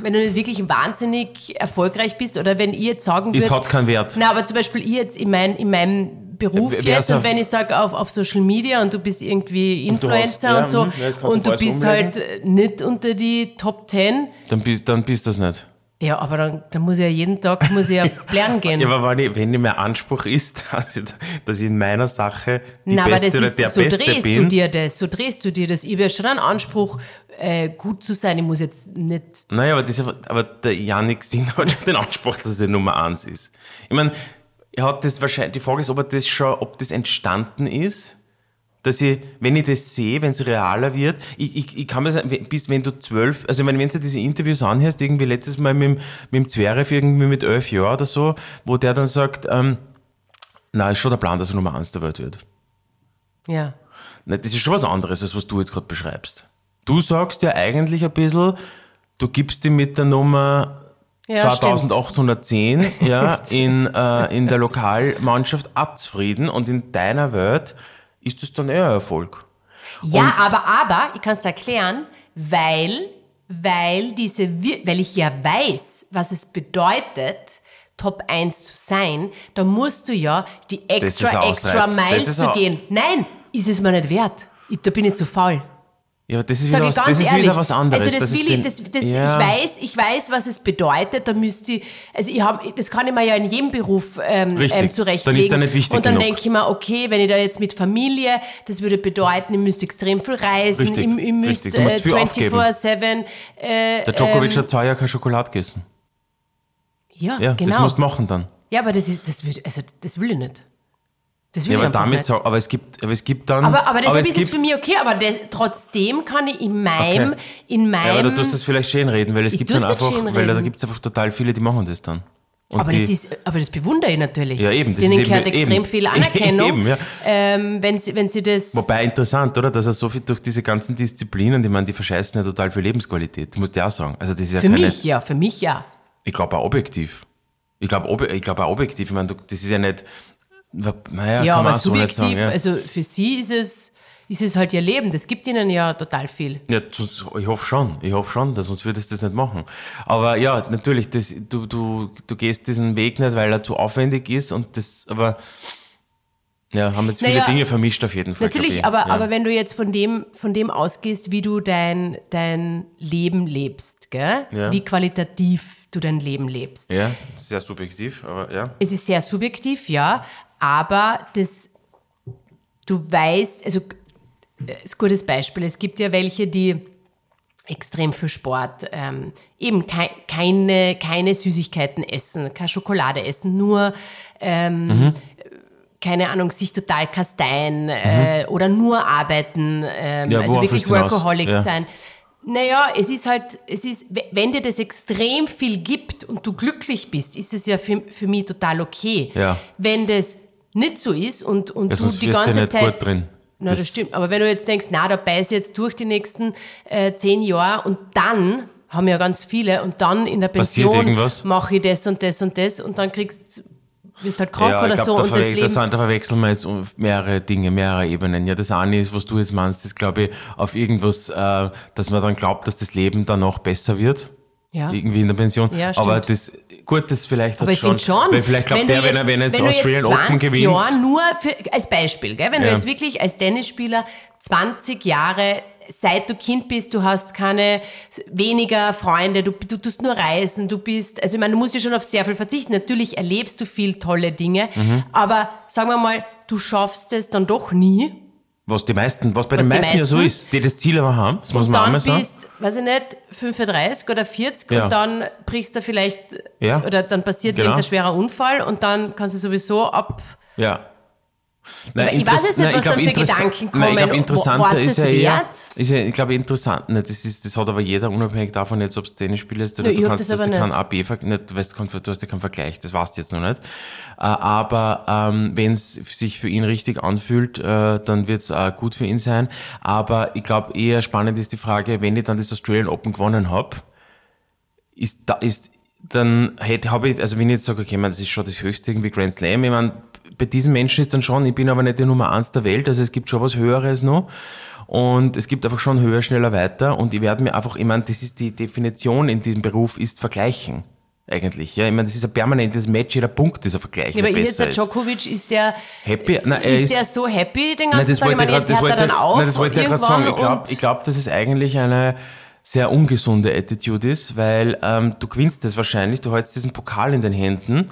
[SPEAKER 3] wenn du nicht wirklich wahnsinnig erfolgreich bist oder wenn ich jetzt sagen würde.
[SPEAKER 2] Es hat keinen Wert.
[SPEAKER 3] Na, aber zum Beispiel ich jetzt in, mein, in meinem Beruf
[SPEAKER 2] Ja, wer- wer
[SPEAKER 3] jetzt
[SPEAKER 2] ist
[SPEAKER 3] und
[SPEAKER 2] auf-
[SPEAKER 3] wenn ich sage auf, auf Social Media und du bist irgendwie
[SPEAKER 2] du hast-
[SPEAKER 3] Influencer
[SPEAKER 2] ja,
[SPEAKER 3] und so
[SPEAKER 2] mhm, ja, jetzt kannst du
[SPEAKER 3] und du
[SPEAKER 2] alles
[SPEAKER 3] bist
[SPEAKER 2] umlegen.
[SPEAKER 3] halt äh, nicht unter die Top 10,
[SPEAKER 2] Dann bist, dann bist das nicht.
[SPEAKER 3] ja, aber dann, dann muss ich ja jeden Tag muss ich ja lernen gehen.
[SPEAKER 2] Ja, aber wenn, ich, wenn ich mein Anspruch ist, dass ich, dass ich in meiner Sache die
[SPEAKER 3] Na, aber
[SPEAKER 2] Beste
[SPEAKER 3] das
[SPEAKER 2] oder
[SPEAKER 3] ist,
[SPEAKER 2] der
[SPEAKER 3] so
[SPEAKER 2] Beste
[SPEAKER 3] drehst du
[SPEAKER 2] bin.
[SPEAKER 3] dir das, so drehst du dir das. Ich habe ja schon einen Anspruch, äh, gut zu sein. Ich muss jetzt nicht.
[SPEAKER 2] Naja, aber, das, aber der Janik Sinn hat schon den Anspruch, dass er Nummer eins ist. Ich meine, er hat das wahrscheinlich, die Frage ist, ob er das schon, ob das entstanden ist, dass ich, wenn ich das sehe, wenn es realer wird, ich, ich, ich kann mir sagen, we- bis wenn du zwölf, also ich meine, wenn du dir diese Interviews anhörst, irgendwie letztes Mal mit, dem- mit dem Zverev irgendwie mit elf Jahren oder so, wo der dann sagt, ähm, na, ist schon der Plan, dass er Nummer eins der Welt wird.
[SPEAKER 3] Ja.
[SPEAKER 2] Nein, das ist schon was anderes, als was du jetzt gerade beschreibst. Du sagst ja eigentlich ein bisschen, du gibst die mit der Nummer
[SPEAKER 3] Ja,
[SPEAKER 2] 2810 ja, in, äh, in der Lokalmannschaft abzufrieden und in deiner Welt ist das dann eher ein Erfolg.
[SPEAKER 3] Ja, aber, aber, ich kann es erklären, weil, weil diese, Wir- weil ich ja weiß, was es bedeutet, Top 1 zu sein, da musst du ja die
[SPEAKER 2] ist ein
[SPEAKER 3] extra,
[SPEAKER 2] Ausreiz.
[SPEAKER 3] extra
[SPEAKER 2] Das
[SPEAKER 3] Mile
[SPEAKER 2] ist
[SPEAKER 3] zu
[SPEAKER 2] ein-
[SPEAKER 3] gehen. Nein, ist es mir nicht wert. Ich, da bin ich zu faul.
[SPEAKER 2] Ja, aber das ist,
[SPEAKER 3] Sag
[SPEAKER 2] wieder
[SPEAKER 3] ich
[SPEAKER 2] was,
[SPEAKER 3] ganz
[SPEAKER 2] Genau, das ist
[SPEAKER 3] ehrlich.
[SPEAKER 2] wieder was anderes.
[SPEAKER 3] Also das,
[SPEAKER 2] ist
[SPEAKER 3] will ich,
[SPEAKER 2] den-
[SPEAKER 3] das, das,
[SPEAKER 2] ja.
[SPEAKER 3] ich weiß, ich weiß, was es bedeutet. Da müsste ich, also ich hab, das kann ich mir ja in jedem Beruf ähm,
[SPEAKER 2] Richtig.
[SPEAKER 3] ähm, zurechtlegen.
[SPEAKER 2] Dann ist er nicht wichtig
[SPEAKER 3] Und dann
[SPEAKER 2] genug.
[SPEAKER 3] denke ich mir, okay, wenn ich da jetzt mit Familie, das würde bedeuten, ich müsste extrem viel reisen,
[SPEAKER 2] Richtig.
[SPEAKER 3] ich, ich müsste
[SPEAKER 2] Richtig. Du musst
[SPEAKER 3] äh,
[SPEAKER 2] viel aufgeben.
[SPEAKER 3] 24-7, äh,
[SPEAKER 2] Der Djokovic hat zwei Jahre keine Schokolade gegessen.
[SPEAKER 3] ja,
[SPEAKER 2] Ja, das
[SPEAKER 3] genau.
[SPEAKER 2] musst du machen dann.
[SPEAKER 3] ja, aber das, ist, das, will, also, das will ich nicht. Das will
[SPEAKER 2] Ja,
[SPEAKER 3] ich
[SPEAKER 2] aber
[SPEAKER 3] einfach
[SPEAKER 2] damit,
[SPEAKER 3] nicht.
[SPEAKER 2] so, aber es gibt, aber es gibt dann,
[SPEAKER 3] aber, aber deshalb
[SPEAKER 2] es
[SPEAKER 3] ist
[SPEAKER 2] gibt,
[SPEAKER 3] es für mich okay, aber das, trotzdem kann ich in meinem,
[SPEAKER 2] Okay.
[SPEAKER 3] in meinem
[SPEAKER 2] Ja, aber du tust das vielleicht schön reden, weil es
[SPEAKER 3] Ich
[SPEAKER 2] gibt
[SPEAKER 3] tu's
[SPEAKER 2] dann
[SPEAKER 3] nicht
[SPEAKER 2] einfach,
[SPEAKER 3] schön
[SPEAKER 2] weil da
[SPEAKER 3] reden.
[SPEAKER 2] gibt es einfach total viele, die machen das dann. Und
[SPEAKER 3] Aber
[SPEAKER 2] die,
[SPEAKER 3] das, ist, aber das bewundere ich natürlich.
[SPEAKER 2] Ja, eben, das
[SPEAKER 3] Denen
[SPEAKER 2] ist eben-
[SPEAKER 3] gehört extrem
[SPEAKER 2] eben.
[SPEAKER 3] viel Anerkennung,
[SPEAKER 2] Eben, ja.
[SPEAKER 3] ähm, wenn, sie, wenn sie das...
[SPEAKER 2] Wobei interessant, oder? Dass er so viel durch diese ganzen Disziplinen, die man, die verscheißen ja total für Lebensqualität, muss ich auch sagen. Also das ist ja
[SPEAKER 3] für
[SPEAKER 2] keine,
[SPEAKER 3] mich, ja, für mich ja.
[SPEAKER 2] ich glaube auch objektiv. Ich glaube ob, ich glaub auch objektiv, ich meine, du- das ist ja nicht, naja,
[SPEAKER 3] Ja,
[SPEAKER 2] kann man
[SPEAKER 3] aber
[SPEAKER 2] auch so nicht
[SPEAKER 3] subjektiv,
[SPEAKER 2] sagen. Ja.
[SPEAKER 3] also für sie ist es, ist es halt ihr Leben. Das gibt ihnen ja total viel.
[SPEAKER 2] Ja, sonst- ich hoffe schon, ich hoffe schon, dass sonst würdest du das nicht machen. Aber ja, natürlich, das, du, du, du gehst diesen Weg nicht, weil er zu aufwendig ist und das, aber ja, haben jetzt viele
[SPEAKER 3] Naja,
[SPEAKER 2] Dinge vermischt auf jeden Fall. glaub
[SPEAKER 3] Natürlich,
[SPEAKER 2] ich.
[SPEAKER 3] aber,
[SPEAKER 2] ja.
[SPEAKER 3] aber wenn du jetzt von dem, von dem ausgehst, wie du dein, dein Leben lebst, gell?
[SPEAKER 2] Ja.
[SPEAKER 3] wie qualitativ du dein Leben lebst.
[SPEAKER 2] Ja, sehr subjektiv, aber ja.
[SPEAKER 3] Es ist sehr subjektiv, ja, aber das, du weißt, also äh, ist ein gutes Beispiel. Es gibt ja welche, die extrem für Sport ähm, eben kei keine, keine Süßigkeiten essen, keine Schokolade essen, nur ähm, keine Ahnung, sich total kasteien äh, oder nur arbeiten, ähm,
[SPEAKER 2] Ja,
[SPEAKER 3] also
[SPEAKER 2] worauf
[SPEAKER 3] wirklich
[SPEAKER 2] willst du hinaus?
[SPEAKER 3] Workaholic
[SPEAKER 2] Ja.
[SPEAKER 3] sein. Naja, es ist halt, es ist, we- wenn dir das extrem viel gibt und du glücklich bist, ist es ja für, für mich total okay.
[SPEAKER 2] Ja.
[SPEAKER 3] Wenn das nicht so ist und, und
[SPEAKER 2] Ja,
[SPEAKER 3] du
[SPEAKER 2] sonst
[SPEAKER 3] die
[SPEAKER 2] wirst du ja
[SPEAKER 3] ganze
[SPEAKER 2] nicht
[SPEAKER 3] Zeit.
[SPEAKER 2] gut drin.
[SPEAKER 3] Na, das,
[SPEAKER 2] Das-
[SPEAKER 3] stimmt. Aber wenn du jetzt denkst, na, da beiß ich jetzt durch die nächsten äh, zehn Jahre und dann haben ja ganz viele und dann in der
[SPEAKER 2] Passiert
[SPEAKER 3] Pension
[SPEAKER 2] irgendwas?
[SPEAKER 3] mache ich das und das und das und dann kriegst wirst halt krank
[SPEAKER 2] Ja,
[SPEAKER 3] oder
[SPEAKER 2] ich glaub,
[SPEAKER 3] so
[SPEAKER 2] da,
[SPEAKER 3] und das
[SPEAKER 2] verwe-
[SPEAKER 3] Leben
[SPEAKER 2] das sind, da verwechseln wir jetzt um mehrere Dinge, mehrere Ebenen. Ja, das eine ist, was du jetzt meinst, ist, glaube ich, auf irgendwas, äh, dass man dann glaubt, dass das Leben dann noch besser wird.
[SPEAKER 3] Ja.
[SPEAKER 2] Irgendwie in der Pension.
[SPEAKER 3] Ja, stimmt.
[SPEAKER 2] aber das, gut, das vielleicht
[SPEAKER 3] Aber
[SPEAKER 2] hat
[SPEAKER 3] ich finde schon,
[SPEAKER 2] Weil vielleicht glaubt
[SPEAKER 3] du
[SPEAKER 2] der, wenn er, wenn er jetzt
[SPEAKER 3] du
[SPEAKER 2] Australian Open
[SPEAKER 3] 20
[SPEAKER 2] gewinnt.
[SPEAKER 3] Jahre nur für, als Beispiel, gell? wenn du
[SPEAKER 2] Ja.
[SPEAKER 3] jetzt wirklich als Tennisspieler 20 Jahre seit du Kind bist, du hast keine weniger Freunde, du, du tust nur reisen, du bist, also ich meine, du musst ja schon auf sehr viel verzichten. Natürlich erlebst du viel tolle Dinge,
[SPEAKER 2] Mhm.
[SPEAKER 3] aber sagen wir mal, du schaffst es dann doch nie.
[SPEAKER 2] was die meisten, was bei
[SPEAKER 3] Was
[SPEAKER 2] den
[SPEAKER 3] die
[SPEAKER 2] meisten ja so
[SPEAKER 3] meisten-
[SPEAKER 2] ist, die das Ziel aber haben, das muss man auch
[SPEAKER 3] Dann
[SPEAKER 2] mal sagen.
[SPEAKER 3] bist, weiß ich nicht, 35 oder 40
[SPEAKER 2] Ja.
[SPEAKER 3] und dann brichst du vielleicht,
[SPEAKER 2] Ja.
[SPEAKER 3] oder dann passiert
[SPEAKER 2] Genau.
[SPEAKER 3] irgendein schwerer Unfall und dann kannst du sowieso ab
[SPEAKER 2] Ja. Nein,
[SPEAKER 3] ich weiß es nicht,
[SPEAKER 2] nein,
[SPEAKER 3] was
[SPEAKER 2] glaub,
[SPEAKER 3] dann für
[SPEAKER 2] interess-
[SPEAKER 3] Gedanken
[SPEAKER 2] Nein, ich
[SPEAKER 3] kommen.
[SPEAKER 2] glaube, interessanter
[SPEAKER 3] War- war's
[SPEAKER 2] ist ja
[SPEAKER 3] das
[SPEAKER 2] eher,
[SPEAKER 3] wert?
[SPEAKER 2] ist ja, ich glaube, interessant, ne, das, ist, das hat aber jeder, unabhängig davon, jetzt, ob du Tennis spielst oder
[SPEAKER 3] Nö, ich
[SPEAKER 2] du
[SPEAKER 3] hab
[SPEAKER 2] kannst,
[SPEAKER 3] das
[SPEAKER 2] dass du
[SPEAKER 3] aber
[SPEAKER 2] keinen
[SPEAKER 3] nicht.
[SPEAKER 2] AB, ver- nicht, du, weißt, keinen Ver- du hast ja keinen Vergleich, das weißt du jetzt noch nicht. Äh, aber ähm, wenn es sich für ihn richtig anfühlt, äh, dann wird es äh, gut für ihn sein. Aber ich glaube, eher spannend ist die Frage, wenn ich dann das Australian Open gewonnen habe, ist da ist dann hätte habe ich also wenn ich jetzt sage okay man das ist schon das höchste irgendwie Grand Slam ich meine bei diesen Menschen ist dann schon ich bin aber nicht die Nummer eins der Welt also es gibt schon was höheres noch und es gibt einfach schon höher schneller weiter und ich werde mir einfach ich meine das ist die Definition in diesem Beruf ist vergleichen eigentlich ja ich meine das ist ein permanentes Match jeder Punkt ist ein Vergleich
[SPEAKER 3] Ja,
[SPEAKER 2] wer
[SPEAKER 3] aber ist jetzt
[SPEAKER 2] besser
[SPEAKER 3] der
[SPEAKER 2] ist.
[SPEAKER 3] Djokovic, ist der,
[SPEAKER 2] happy nein, er
[SPEAKER 3] ist,
[SPEAKER 2] ist
[SPEAKER 3] der so happy den
[SPEAKER 2] Nein,
[SPEAKER 3] ganzen
[SPEAKER 2] das
[SPEAKER 3] Tag? Ich
[SPEAKER 2] wollte ich
[SPEAKER 3] meine,
[SPEAKER 2] gerade
[SPEAKER 3] jetzt hört er dann auf
[SPEAKER 2] nein, das wollte ich grad
[SPEAKER 3] irgendwann
[SPEAKER 2] sagen. Ich glaube,
[SPEAKER 3] und-
[SPEAKER 2] ich glaub, dass es eigentlich eine sehr ungesunde Attitude ist, weil ähm, du gewinnst das wahrscheinlich, du hältst diesen Pokal in den Händen,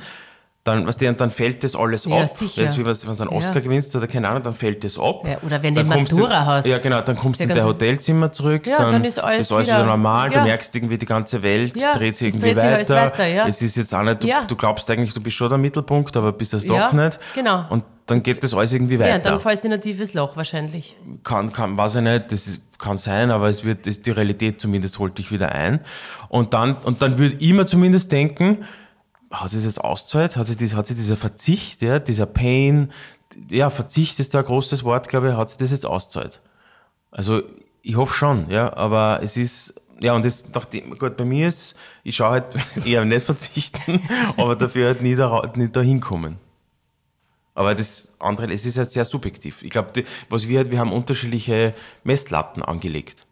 [SPEAKER 2] dann, was dir, dann fällt das alles
[SPEAKER 3] Ja,
[SPEAKER 2] ab.
[SPEAKER 3] sicher.
[SPEAKER 2] Weißt du, wie was- wenn du einen Oscar
[SPEAKER 3] Ja.
[SPEAKER 2] gewinnst oder keine Ahnung, dann fällt das ab.
[SPEAKER 3] Ja, oder wenn
[SPEAKER 2] Dann
[SPEAKER 3] du
[SPEAKER 2] kommst
[SPEAKER 3] Matura hast.
[SPEAKER 2] Ja, genau, dann kommst du
[SPEAKER 3] Der
[SPEAKER 2] in dein
[SPEAKER 3] ganze-
[SPEAKER 2] Hotelzimmer zurück,
[SPEAKER 3] Ja,
[SPEAKER 2] dann,
[SPEAKER 3] dann ist alles
[SPEAKER 2] wieder,
[SPEAKER 3] wieder-
[SPEAKER 2] normal,
[SPEAKER 3] ja.
[SPEAKER 2] du merkst irgendwie, die ganze Welt
[SPEAKER 3] Ja,
[SPEAKER 2] dreht sich
[SPEAKER 3] es
[SPEAKER 2] irgendwie
[SPEAKER 3] dreht sich alles
[SPEAKER 2] weiter.
[SPEAKER 3] weiter, ja.
[SPEAKER 2] Es ist jetzt auch nicht, du,
[SPEAKER 3] Ja.
[SPEAKER 2] du glaubst eigentlich, du bist schon der Mittelpunkt, aber bist das
[SPEAKER 3] Ja,
[SPEAKER 2] doch nicht.
[SPEAKER 3] genau.
[SPEAKER 2] Und dann geht das alles irgendwie weiter
[SPEAKER 3] Ja, dann fällst du in ein tiefes Loch wahrscheinlich.
[SPEAKER 2] kann, kann, weiß ich nicht, das ist, kann sein, aber es wird, ist die Realität zumindest holt dich wieder ein. Und dann, und dann würde ich mir zumindest denken, hat sich das jetzt ausgezahlt? Hat sich, das, hat sich dieser Verzicht, ja, dieser Pain, ja, Verzicht ist da ein großes Wort, glaube ich, hat sich das jetzt ausgezahlt? Also, ich hoffe schon, ja, aber es ist, ja, und jetzt, nachdem, gut, bei mir ist, ich schaue halt eher nicht verzichten, aber dafür halt nie da, nie da hinkommen. Aber das andere, es ist halt sehr subjektiv. Ich glaube, was wir halt, wir haben unterschiedliche Messlatten angelegt.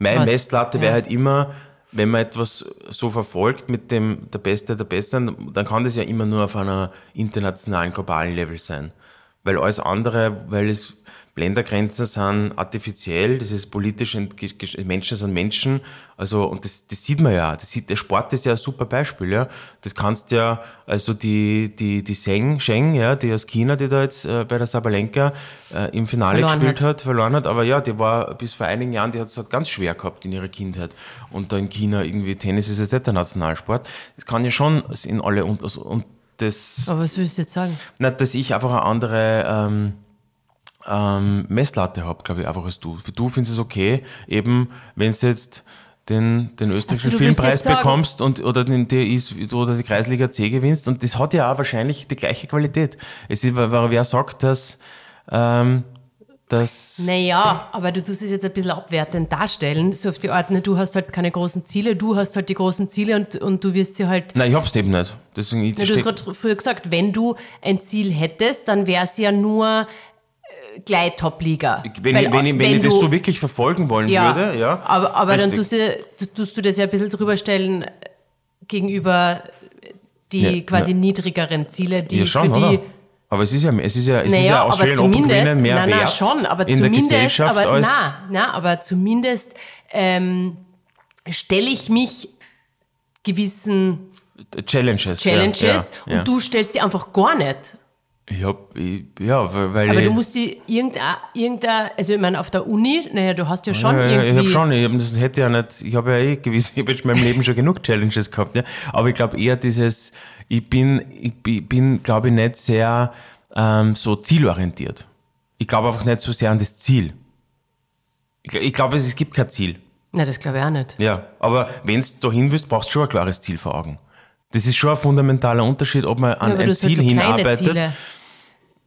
[SPEAKER 2] Meine
[SPEAKER 3] Was?
[SPEAKER 2] Messlatte wäre
[SPEAKER 3] Ja.
[SPEAKER 2] halt immer, wenn man etwas so verfolgt mit dem der Beste der Besten, dann kann das ja immer nur auf einer internationalen, globalen Level sein. Weil alles andere, weil es Ländergrenzen sind artifiziell, das ist politisch, ent- ge- ge- Menschen sind Menschen, also, und das, das sieht man ja, das sieht, der Sport ist ja ein super Beispiel, ja. Das kannst ja, also die, die, die Seng, Sheng, ja, die aus China, die da jetzt äh, bei der Sabalenka äh, im Finale
[SPEAKER 3] Verloren
[SPEAKER 2] gespielt
[SPEAKER 3] hat.
[SPEAKER 2] hat, verloren hat, aber ja, die war bis vor einigen Jahren, die hat es halt ganz schwer gehabt in ihrer Kindheit. Und da in China irgendwie Tennis ist jetzt nicht der Nationalsport. Das kann ja schon in alle und, also, und das,
[SPEAKER 3] Aber was willst du jetzt sagen?
[SPEAKER 2] na, dass ich einfach eine andere ähm, ähm, Messlatte habe, glaube ich, einfach als du. Für du findest es okay, eben, wenn du jetzt den, den österreichischen
[SPEAKER 3] Also du willst
[SPEAKER 2] Filmpreis
[SPEAKER 3] jetzt sagen-
[SPEAKER 2] bekommst und oder den DIs oder die Kreisliga C gewinnst und das hat ja auch wahrscheinlich die gleiche Qualität. Es ist, weil- weil wer sagt, dass ähm, dass
[SPEAKER 3] Naja, aber du tust es jetzt ein bisschen abwertend darstellen, so auf die Art, ne, du hast halt keine großen Ziele, du hast halt die großen Ziele und, und du wirst sie halt.
[SPEAKER 2] Nein, ich hab's eben nicht. Deswegen ich
[SPEAKER 3] Ne, du hast
[SPEAKER 2] steck-
[SPEAKER 3] gerade früher gesagt, wenn du ein Ziel hättest, dann wäre es ja nur äh, gleich Top-Liga.
[SPEAKER 2] wenn,
[SPEAKER 3] Weil,
[SPEAKER 2] ich, wenn, ich, wenn, ich das
[SPEAKER 3] du-
[SPEAKER 2] so wirklich verfolgen wollen
[SPEAKER 3] ja,
[SPEAKER 2] würde, ja.
[SPEAKER 3] Aber, aber dann
[SPEAKER 2] Richtig.
[SPEAKER 3] tust du, du- tust du das ja ein bisschen drüber stellen äh, gegenüber die
[SPEAKER 2] Ja,
[SPEAKER 3] quasi
[SPEAKER 2] ja.
[SPEAKER 3] niedrigeren Ziele, die
[SPEAKER 2] ja, schon,
[SPEAKER 3] für die.
[SPEAKER 2] oder? Aber es ist ja, es ist ja, es ist ja
[SPEAKER 3] Naja, aber
[SPEAKER 2] Australian Open
[SPEAKER 3] zumindest,
[SPEAKER 2] gewinnen mehr
[SPEAKER 3] na, na,
[SPEAKER 2] wert
[SPEAKER 3] schon,
[SPEAKER 2] in
[SPEAKER 3] aber
[SPEAKER 2] der
[SPEAKER 3] zumindest,
[SPEAKER 2] Gesellschaft
[SPEAKER 3] aber,
[SPEAKER 2] als
[SPEAKER 3] na, na, aber zumindest ähm, stelle ich mich gewissen
[SPEAKER 2] Challenges.
[SPEAKER 3] Challenges
[SPEAKER 2] ja, ja, ja.
[SPEAKER 3] und du stellst die einfach gar nicht.
[SPEAKER 2] Ich hab, ich, ja, weil- weil
[SPEAKER 3] Aber
[SPEAKER 2] ich,
[SPEAKER 3] du musst die irgendein, irgendein, also ich meine, auf der Uni, naja, du hast ja schon
[SPEAKER 2] ja, ja,
[SPEAKER 3] irgendwie.
[SPEAKER 2] ich habe schon, ich hab, das hätte ja nicht, ich habe ja eh gewisse, ich habe in meinem Leben schon genug Challenges gehabt, ja. Aber ich glaube eher dieses, ich bin, ich bi- bin, glaube ich, nicht sehr ähm, so zielorientiert. Ich glaube einfach nicht so sehr an das Ziel. Ich, gl- ich glaube, es, es gibt kein Ziel.
[SPEAKER 3] Na, das glaube ich auch nicht.
[SPEAKER 2] Ja, aber wenns du dahin willst, brauchst du schon ein klares Ziel vor Augen. Das ist schon ein fundamentaler Unterschied, ob man an
[SPEAKER 3] aber
[SPEAKER 2] ein
[SPEAKER 3] du hast
[SPEAKER 2] Ziel
[SPEAKER 3] halt so kleine
[SPEAKER 2] hinarbeitet.
[SPEAKER 3] Ziele.